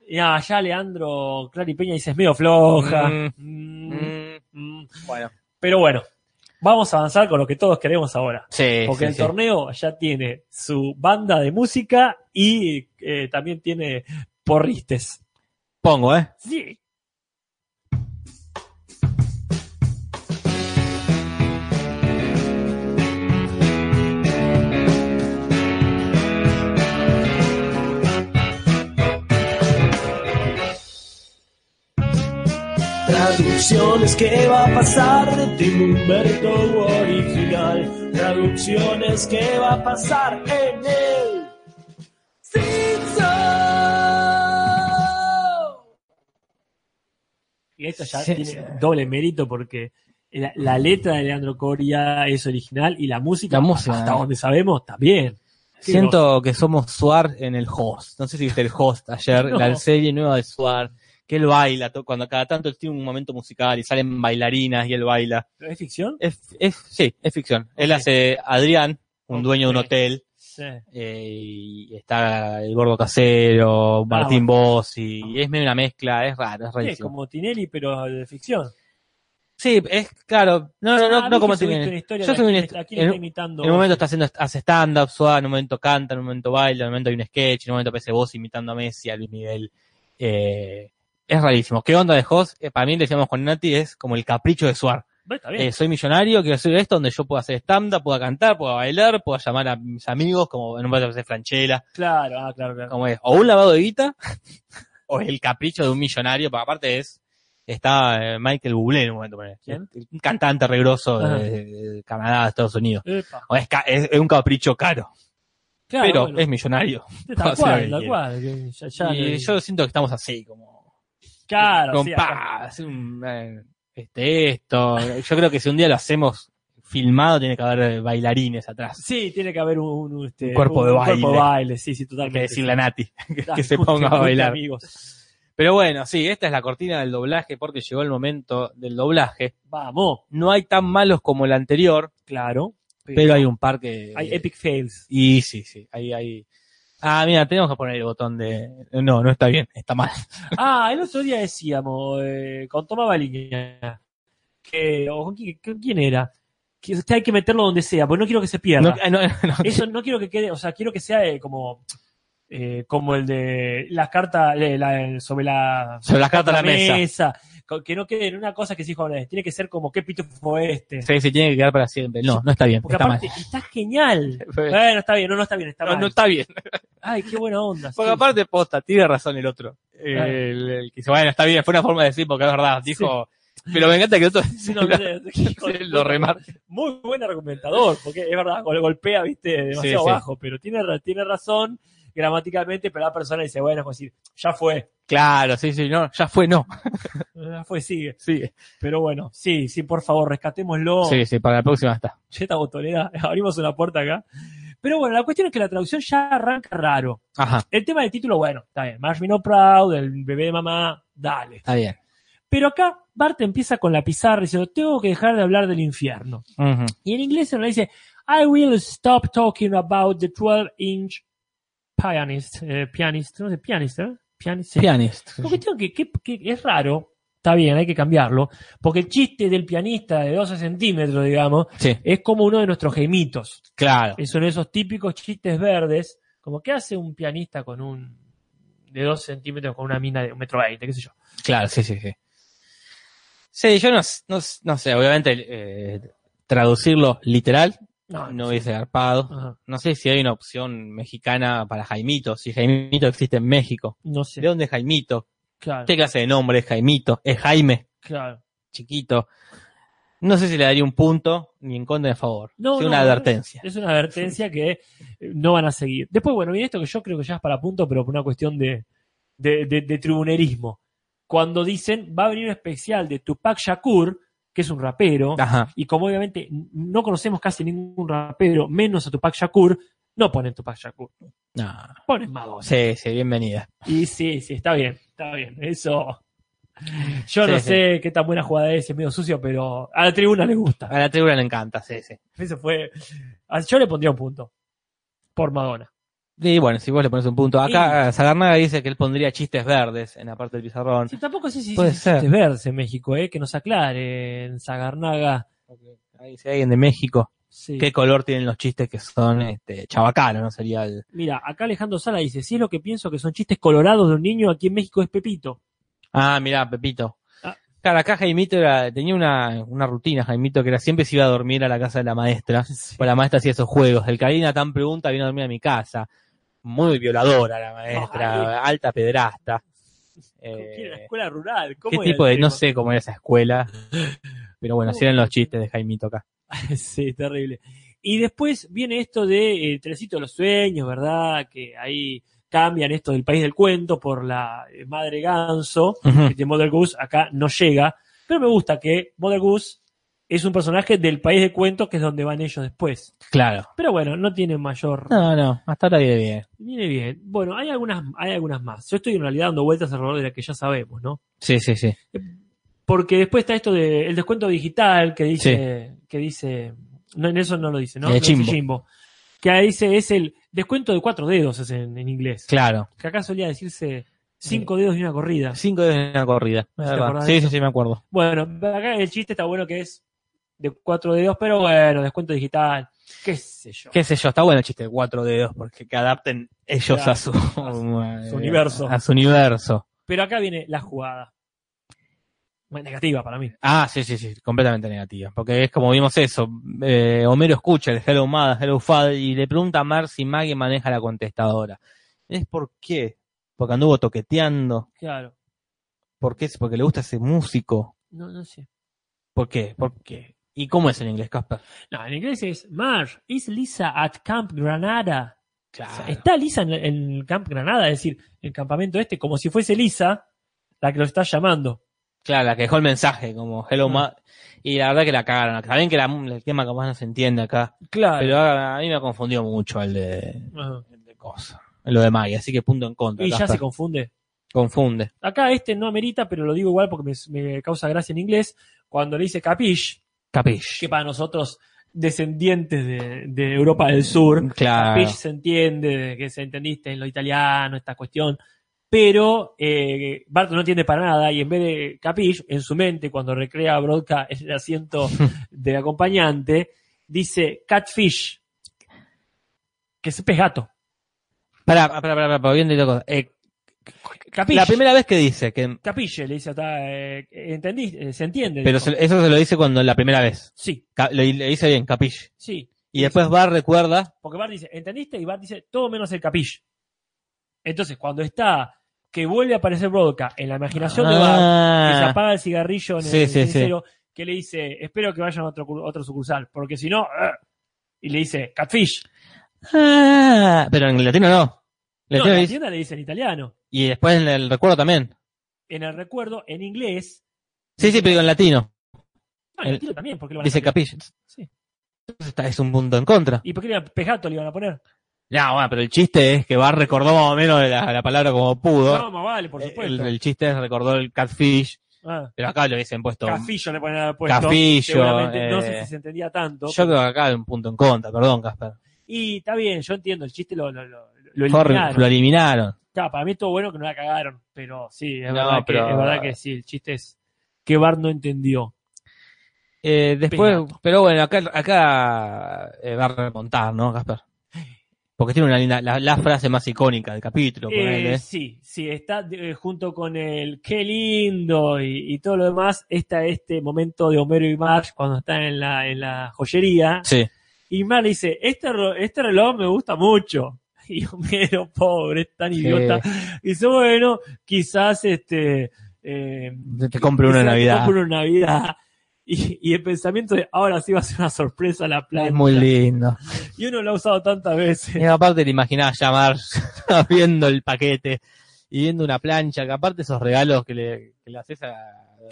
Y allá Leandro Clary Peña dice, es medio floja. Mm. Mm, mm. Bueno. Pero bueno, vamos a avanzar con lo que todos queremos ahora. Sí, Porque sí, el sí. torneo ya tiene su banda de música y eh, también tiene porristes. Pongo, ¿eh? Sí. Traducciones que va a pasar de Humberto original. Traducciones que va a pasar en el Simpson. Y esto ya Sí, tiene sí. doble mérito porque la, la letra de Leandro Coria es original y la música, La música, hasta eh. donde sabemos, también. Sí, Siento que somos Suar en el host. No sé si viste el host (laughs) ayer, No. la serie nueva de Suar, que él baila, to- cuando cada tanto él tiene un momento musical y salen bailarinas y él baila. ¿Es ficción? Es, es- sí, es ficción. Él Ok. hace Adrián, un Ok. dueño de un hotel, Sí. eh, y está el gordo casero, Martín Bossi, y es medio una mezcla, es raro, es Ah, Es rarísimo. como Tinelli, pero de ficción. Sí, es claro, no, no, no, Ah, no vi como que se subiste viene. una historia Yo de soy un aquí- est- aquí le en, está imitando. en un momento está haciendo, hace stand-up, suave, en un momento canta, en un momento baila, en un momento hay un sketch, en un momento aparece vos imitando a Messi, a Luis Miguel. Eh, es rarísimo. ¿Qué onda de Hoss? Eh, para mí, le decíamos con Nati, es como el capricho de Suar. Bueno, está bien. Eh, soy millonario, quiero hacer esto donde yo pueda hacer stand-up, pueda cantar, pueda bailar, pueda llamar a mis amigos, como en un momento aparece Franchella, Claro, ah, claro, claro. como es, o un lavado de guita, (laughs) o el capricho de un millonario, porque aparte es, está eh, Michael Bublé en un momento, ponele. ¿Quién? un cantante regroso Ajá. de, de Canadá, de Estados Unidos. Epa. O es, ca- es- es un capricho caro, Claro, pero bueno. es millonario. Tal o sea, cual, que- tal cual. que ya- ya y le- yo siento que estamos así, como, claro, con sí, acá- pa, hacer un, eh, este, esto. Yo creo que si un día lo hacemos filmado, tiene que haber eh, bailarines atrás. sí, tiene que haber un, un, este, Un cuerpo de cuerpo baile. baile, sí, sí, Hay que totalmente. decirle a Nati que, Ah, que se justo, ponga a justo, bailar. amigos. Pero bueno, sí, esta es la cortina del doblaje porque llegó el momento del doblaje. Vamos, No hay tan malos como el anterior, claro. pero hay un par que... hay epic fails. Y sí, sí, ahí, ahí. Ah, mira, tenemos que poner el botón de... No, no está bien, está mal. Ah, el otro día decíamos eh, con Toma Baliña que o con qui- con quién era que usted hay que meterlo donde sea, porque no quiero que se pierda. No, ah, no, no, Eso no quiero que quede, o sea, quiero que sea eh, como eh, como el de las cartas eh, la- sobre la Sobre las cartas de la mesa. co- que no quede en una cosa que se dijo una vez. tiene que ser como qué pito fue este. Sí, sí, tiene que quedar para siempre. No, no está bien, Porque está mal. aparte está genial. (laughs) No, Bueno, está bien, no, no está bien, está mal. no está bien. Ay, qué buena onda. Porque sí. aparte, posta, tiene razón el otro. Eh, Claro. El, el que dice, bueno, está bien, fue una forma de decir, porque es verdad, dijo... Pero me encanta que (laughs) el otro Sí, no, se (laughs) lo remarca. muy buen argumentador, porque es verdad, gol- golpea, viste, demasiado Sí, sí. bajo, pero tiene, ra- tiene razón gramaticalmente, pero la persona dice, bueno, es como decir, ya fue, Claro, sí, sí, no, ya fue, no. ya fue, sigue. Sí, Pero bueno, sí, sí, por favor, rescatémoslo. sí, sí, para la próxima está. Cheta botonera, (laughs) abrimos una puerta acá. Pero bueno, la cuestión es que la traducción ya arranca raro. Ajá, El tema del título, bueno, está bien, Marsh no proud, el bebé de mamá, dale. está bien. Pero acá Bart empieza con la pizarra diciendo, tengo que dejar de hablar del infierno. Ujú. Y en inglés se le dice, I will stop talking about the 12-inch pianist, eh, pianist, no sé, pianist, ¿eh? Pianist. sí. Pianist. La cuestión que, que- que es raro, está bien, hay que cambiarlo, porque el chiste del pianista de 12 centímetros, digamos, Sí, es como uno de nuestros gemitos. claro. Es uno de esos típicos chistes verdes, como que hace un pianista con un de 12 centímetros con una mina de un metro veinte, qué sé yo. Claro, sí, sí, sí. Sí, yo no, s- no, s- no sé, obviamente eh, traducirlo literal No, no hubiese garpado. Ajá, No sé si hay una opción mexicana para Jaimito, si Jaimito existe en México. no sé. ¿De dónde es Jaimito? Claro, ¿Qué clase de nombre es Jaimito? ¿Es Jaime? claro. Chiquito. No sé si le daría un punto ni en contra ni a favor. No, Sí, no, una no, advertencia. Es una advertencia que eh, no van a seguir. Después, bueno, viene esto que yo creo que ya es para punto, pero por una cuestión de, de, de- de tribunerismo. Cuando dicen, va a venir un especial de Tupac Shakur, que es un rapero, Ajá. y como obviamente n- no conocemos casi ningún rapero, menos a Tupac Shakur, no ponen Tupac Shakur, No. ponen Madonna. Sí, sí, bienvenida. Y sí, sí, está bien, está bien. Eso Yo Sí, no sí. sé qué tan buena jugada es, es medio sucio, pero a la tribuna le gusta. A la tribuna le encanta, sí, sí. Eso fue. a- Yo le pondría un punto. Por Madonna. Y bueno, si vos le pones un punto. Acá Sagarnaga dice que él pondría chistes verdes en la parte del pizarrón. Sí, tampoco sé si Puede si- ser. si verse en México, eh, que nos aclaren, Zagarnaga. Ahí dice alguien de México. Sí. ¿Qué color tienen los chistes que son este, chavacanos? ¿No sería el. Mira, acá Alejandro Sala dice, si es lo que pienso que son chistes colorados de un niño, aquí en México es Pepito. Ah, mirá, Pepito. Ah. Claro, acá Jaimito era, tenía una, una rutina, Jaimito, que era siempre se iba a dormir a la casa de la maestra. Pues la maestra hacía esos juegos. El Karina tan pregunta, vino a dormir a mi casa. Muy violadora la maestra, alta pedrasta. Eh, ¿Qué era la escuela rural? ¿Cómo ¿Qué era tipo el de.? No tema? Uh. sé cómo era esa escuela. Pero bueno, así eran los chistes de (laughs) Jaimito acá. sí, terrible. Y después viene esto de eh, Trencito de los Sueños, ¿verdad? Que ahí cambian esto del país del cuento por la eh, madre ganso, Mm. que de Mother Goose acá no llega. Pero me gusta que Mother Goose es un personaje del país de cuentos, que es donde van ellos después. Claro. Pero bueno, no tiene mayor... No, no, hasta ahora viene bien. Viene bien. Bueno, hay algunas, hay algunas más. Yo estoy en realidad dando vueltas alrededor de la que ya sabemos, ¿no? Sí, sí, sí. Porque después está esto del descuento digital que dice, que dice, no, en eso no lo dice, ¿no? Lo Eh, dice Jimbo. Jimbo. Que ahí dice, es el descuento de cuatro dedos es en, en inglés. Claro. Que acá solía decirse cinco dedos y una corrida. Cinco dedos en una corrida. Es ¿Te verdad. acordás de Sí, sí, eso? sí, me acuerdo. Bueno, acá el chiste está bueno que es de cuatro dedos, pero bueno, descuento digital, qué sé yo. Qué sé yo, está bueno el chiste de cuatro dedos porque que adapten ellos Claro. a su, (laughs) su universo. A su universo. Pero acá viene la jugada. Bueno, Negativa para mí. Ah, sí, sí, sí, completamente negativa. Porque es como vimos eso. eh, Homero escucha el Hello Mad, Hello Fad y le pregunta a Mar si Maggie maneja la contestadora. ¿Es por qué? Porque anduvo toqueteando. Claro, ¿Por qué? Porque le gusta ese músico. no, no sé. ¿Por qué? ¿Por qué? ¿Y cómo es en inglés, Casper? No, en inglés es Marge, is Lisa at Camp Granada? O sea, Claro. Está Lisa en, en el Camp Granada, es decir, en el campamento este, como si fuese Lisa la que lo está llamando. Claro, la que dejó el mensaje, como Hello Ah. Ma- Y la verdad que la cagaron. Está bien que la- el tema capaz no se entiende acá. Claro. Pero a, a mí me confundió mucho el de, el de cosa. Lo de Maggie, así que punto en contra. Y ya Casper. se confunde. confunde. Acá este no amerita, pero lo digo igual porque me, me causa gracia en inglés, cuando le dice capish, Capish. que para nosotros descendientes de, de Europa del Sur, Claro. capish se entiende, de que se entendiste en lo italiano, esta cuestión. Pero eh, Barton no entiende para nada y en vez de capish, en su mente, cuando recrea a Brodka en el asiento (laughs) del acompañante, dice catfish, que es pez gato. Pará, pará, pará, pará, pará, bien digo cosas. Eh, Capiche, la primera vez que dice, que capiche, le dice acá, eh, ¿entendiste? Eh, ¿Se entiende? pero dijo. se- eso se lo dice cuando la primera vez. Sí, Ca- Le, le dice bien, capish. sí, Y después va, recuerda. porque Bart dice, ¿entendiste? Y Bart dice, todo menos el capiche. Entonces, cuando está, que vuelve a aparecer Brodka en la imaginación de Bart, que se Ah, apaga el cigarrillo en Sí, el sí, sí. cenicero, que le dice, espero que vayan a otro, cur- otro sucursal, porque si no... eh", y le dice, catfish. ah, pero en el latino no. El No, latino en la dice- tienda le dice en italiano. y después en el recuerdo también. En el recuerdo, en inglés... Sí, sí, pero digo en latino. No, en El- latino también, porque lo van a Dice cambiar? capish. Sí. Entonces está- es un punto en contra. ¿Y por qué le iban- pejato le iban a poner? No, bueno, pero el chiste es que va recordó más o menos la, la palabra como pudo. No, más vale, por Eh, supuesto. el, el chiste es recordó el catfish, Ah, pero acá lo dicen puesto. Cafillo le ponían puesto. Cafillo, pues, seguramente, no eh. sé si se entendía tanto. Yo creo que acá hay un punto en contra, perdón, Casper. Y está bien, yo entiendo, el chiste lo, lo, lo, lo Fue horrible, eliminaron. Lo eliminaron. Claro, para mí estuvo bueno que no la cagaron, pero sí, es, No, verdad pero- que, es verdad que sí, el chiste es que Bart no entendió. Eh, después, Penato. pero bueno, acá, acá eh, va a remontar, ¿no, Casper? Porque tiene una linda, la, la frase más icónica del capítulo, ponele. Eh, sí, sí, está eh, junto con el qué lindo y, y todo lo demás, está este momento de Homero y Marge cuando están en la, en la joyería. Sí. Y Mar dice, este, ro- este reloj me gusta mucho. (laughs) Y Homero, pobre, es tan idiota. Dice, bueno, quizás este... Eh, Eh, te compro uno en quizás te Navidad. compre una Navidad. Y, y el pensamiento de, ahora sí va a ser una sorpresa la planta. Es muy lindo. Eh, Y uno lo ha usado tantas Y veces. aparte te imaginás llamar (laughs) viendo el paquete y viendo una plancha, que aparte esos regalos que le, que le haces a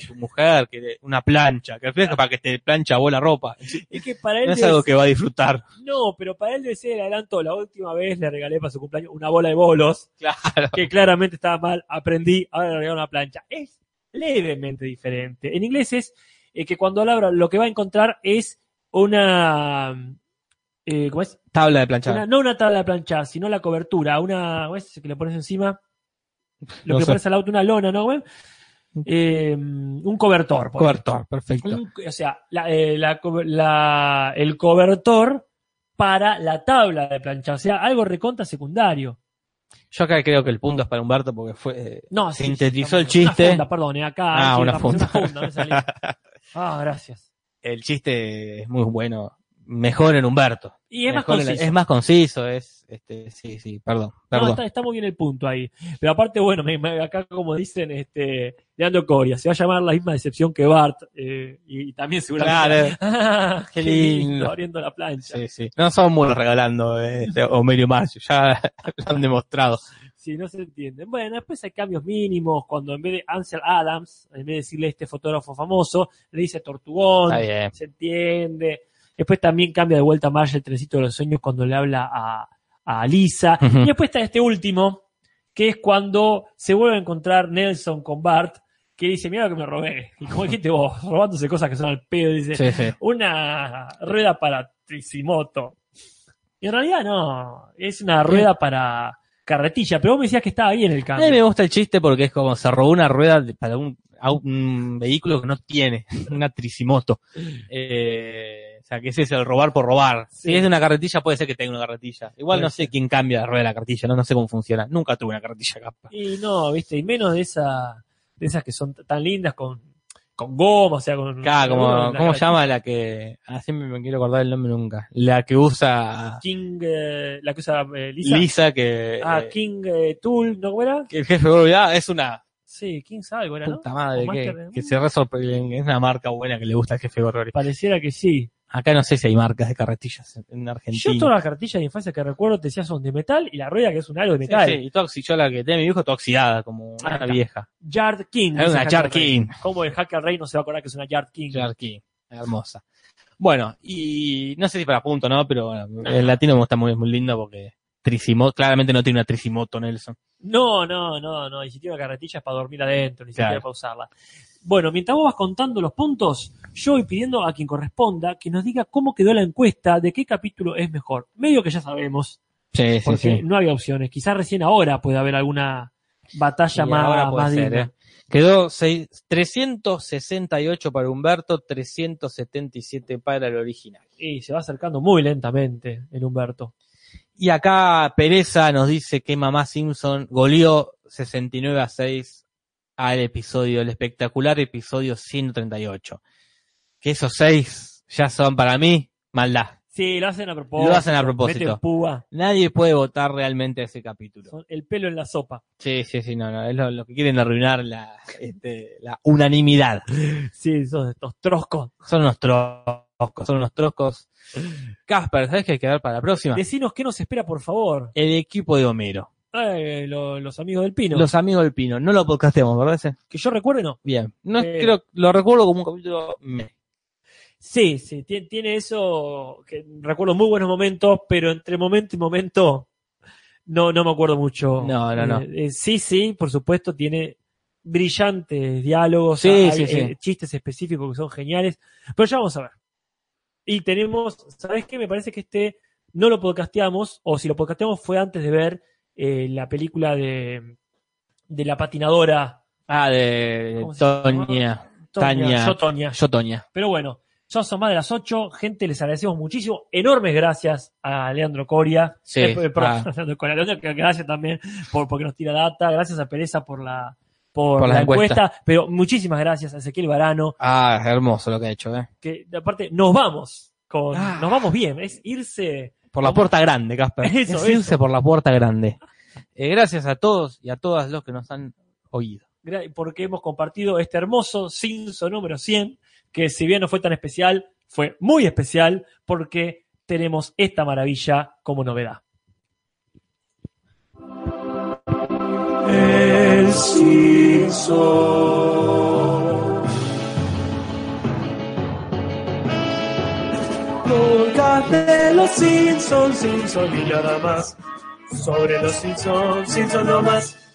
tu mujer, que le- una plancha, que es para que te plancha vos la ropa. Es que para él... No es debe algo ser- que va (laughs) a disfrutar. No, pero para él debe ser el adelanto. La última vez le regalé para su cumpleaños una bola de bolos, Claro. que claramente estaba mal. Aprendí, ahora le regalé una plancha. Es levemente diferente. En inglés es eh, que cuando labra lo que va a encontrar es una... eh, ¿Cómo es? Tabla de planchar. Una- no una tabla de planchar, sino la cobertura, una, ¿cómo es? Que le pones encima, lo No que sé. pones al auto, una lona, ¿no, güey? Eh, un cobertor. por Cobertor, perfecto. un- o sea, la- eh, la co- la- el cobertor para la tabla de plancha. O sea, algo recontra secundario. Yo acá creo que el punto es para Humberto porque fue. eh, No, sí, sí, Sintetizó el chiste. Una funda, perdón, eh, acá. Ah, sí, una la- funda. me (laughs) salía. ah, gracias. el chiste es muy bueno. Mejor en Humberto. Y es más Mejor en la- conciso. es más conciso, es. Este, sí, sí, perdón. No, perdón. está, está muy bien el punto ahí. Pero aparte, bueno, me- me- acá como dicen, este, Leandro Coria, se va a llamar la misma decepción que Bart. eh, y, y también seguramente. Claro, (laughs) Ah, Qué lindo. Abriendo la plancha. sí, sí. No son buenos regalando eh, este Homero y Marcio, ya (laughs) lo han demostrado. Sí, no se entiende. Bueno, después hay cambios mínimos, cuando en vez de Ansel Adams, en vez de decirle este fotógrafo famoso, le dice Tortugón, Está bien. se entiende. Después también cambia de vuelta a Marge el trencito de los sueños cuando le habla a, a Lisa. Ujú. Y después está este último, que es cuando se vuelve a encontrar Nelson con Bart, que dice, mira lo que me robé. Y como dijiste vos, (laughs) robándose cosas que son al pedo, dice, Sí, sí. una rueda para tricimoto. Y en realidad no, es una rueda para carretilla, pero vos me decías que estaba bien el A mí me cambio. gusta el chiste porque es como se robó una rueda de- para un, a un vehículo que no tiene, (laughs) una tricimoto. Eh, o sea, que ese es el robar por robar. Sí. Si es de una carretilla, puede ser que tenga una carretilla. Igual Puede no sé quién cambia la rueda de la carretilla, no, no sé cómo funciona. Nunca tuve una carretilla capaz. Y no, viste, y menos de esa, de esas que son t- tan lindas con, con goma, o sea, con Acá, como, una ¿cómo carretilla. se llama la que... Ah, siempre me quiero acordar el nombre nunca. La que usa King, eh, la que usa eh, Lisa. Lisa, que... Ah, eh, King eh, Tool, ¿no era? que el jefe Gordo, ah, es una Sí, King algo era, ¿no? puta madre O que, Master- que se re sorprende. Es una marca buena que le gusta al jefe Gorgori. Pareciera que sí. Acá no sé si hay marcas de carretillas en- en Argentina. Yo todas las cartillas de infancia que recuerdo te decía son de metal y la rueda que es un aro de Sí, metal. sí, y toxi, yo la que tiene mi viejo está oxidada, como Ah, una está. vieja. Yard King. Es una dice Jar Hacker Rey. King. ¿Cómo el Hacker Rey no se va a acordar que es una Yard King? Jar King, hermosa. Bueno, y no sé si para punto, ¿no? Pero bueno, el latino me gusta muy, muy lindo porque tricimoto, claramente no tiene una tricimoto, Nelson. No, no, no, no. Y si tiene una carretilla es para dormir adentro, ni Claro. siquiera para usarla. Bueno, mientras vos vas contando los puntos, yo voy pidiendo a quien corresponda que nos diga cómo quedó la encuesta, de qué capítulo es mejor. Medio que ya sabemos, Sí, porque no había opciones. Quizás recién ahora puede haber alguna batalla Y más, ahora puede más ser, digna. ¿eh? Quedó seis- 368 para Humberto, 377 para el original. Y se va acercando muy lentamente el Humberto. Y acá Pereza nos dice que Mamá Simpson goleó 69 a 6 al episodio, el espectacular episodio 138. Que esos 6 ya son para mí maldad. Sí, lo hacen a propósito. Lo hacen a Meten propósito. púa, Nadie puede votar realmente ese capítulo. son el pelo en la sopa. Sí, sí, sí, no, no. Es lo, lo que quieren arruinar la, este, la unanimidad. Sí, son estos troscos. Son unos troscos, son unos troscos. Casper, ¿sabes qué hay que dar para la próxima? Decinos qué nos espera, por favor. El equipo de Homero. Eh, lo- los amigos del Pino. Los amigos del Pino. No lo podcasteamos, ¿verdad? ese? Que yo recuerdo, no. Bien. No, Eh. creo, lo recuerdo como un capítulo meh. Sí, sí, tie- tiene, eso que recuerdo muy buenos momentos, pero entre momento y momento no, no me acuerdo mucho. No, no, no. Eh, eh, sí, sí, por supuesto, tiene brillantes diálogos, Sí, hay, sí, eh, sí. chistes específicos que son geniales, pero ya vamos a ver. Y tenemos, ¿sabes qué? Me parece que este no lo podcasteamos, o si lo podcasteamos fue antes de ver eh, la película de, de la patinadora Ah, de ¿Cómo se Toña. Tania. Yo, Toña. Yo, Toña. Pero bueno, ya son más de las 8. Gente, les agradecemos muchísimo. Enormes gracias a Leandro Coria. Sí, Eh, eh, perdón, ah. a (laughs) Leandro Coria. Leandro, que- gracias también por, porque nos tira data. Gracias a Pereza por la, por Por la la encuesta. Pero muchísimas gracias a Ezequiel Varano, Ah, hermoso lo que ha hecho, ¿eh? que aparte nos vamos. Con, Ah. Nos vamos bien. Es irse. Por la puerta grande, Casper. Eso, es irse por la puerta grande. Eh, gracias a todos y a todas los que nos han oído. gra- porque hemos compartido este hermoso Cinso número 100, que si bien no fue tan especial, fue muy especial porque tenemos esta maravilla como novedad. El Simpson. Podcast de los Simpsons, Simpson y nada más. Sobre los Simpsons, Simpson no más.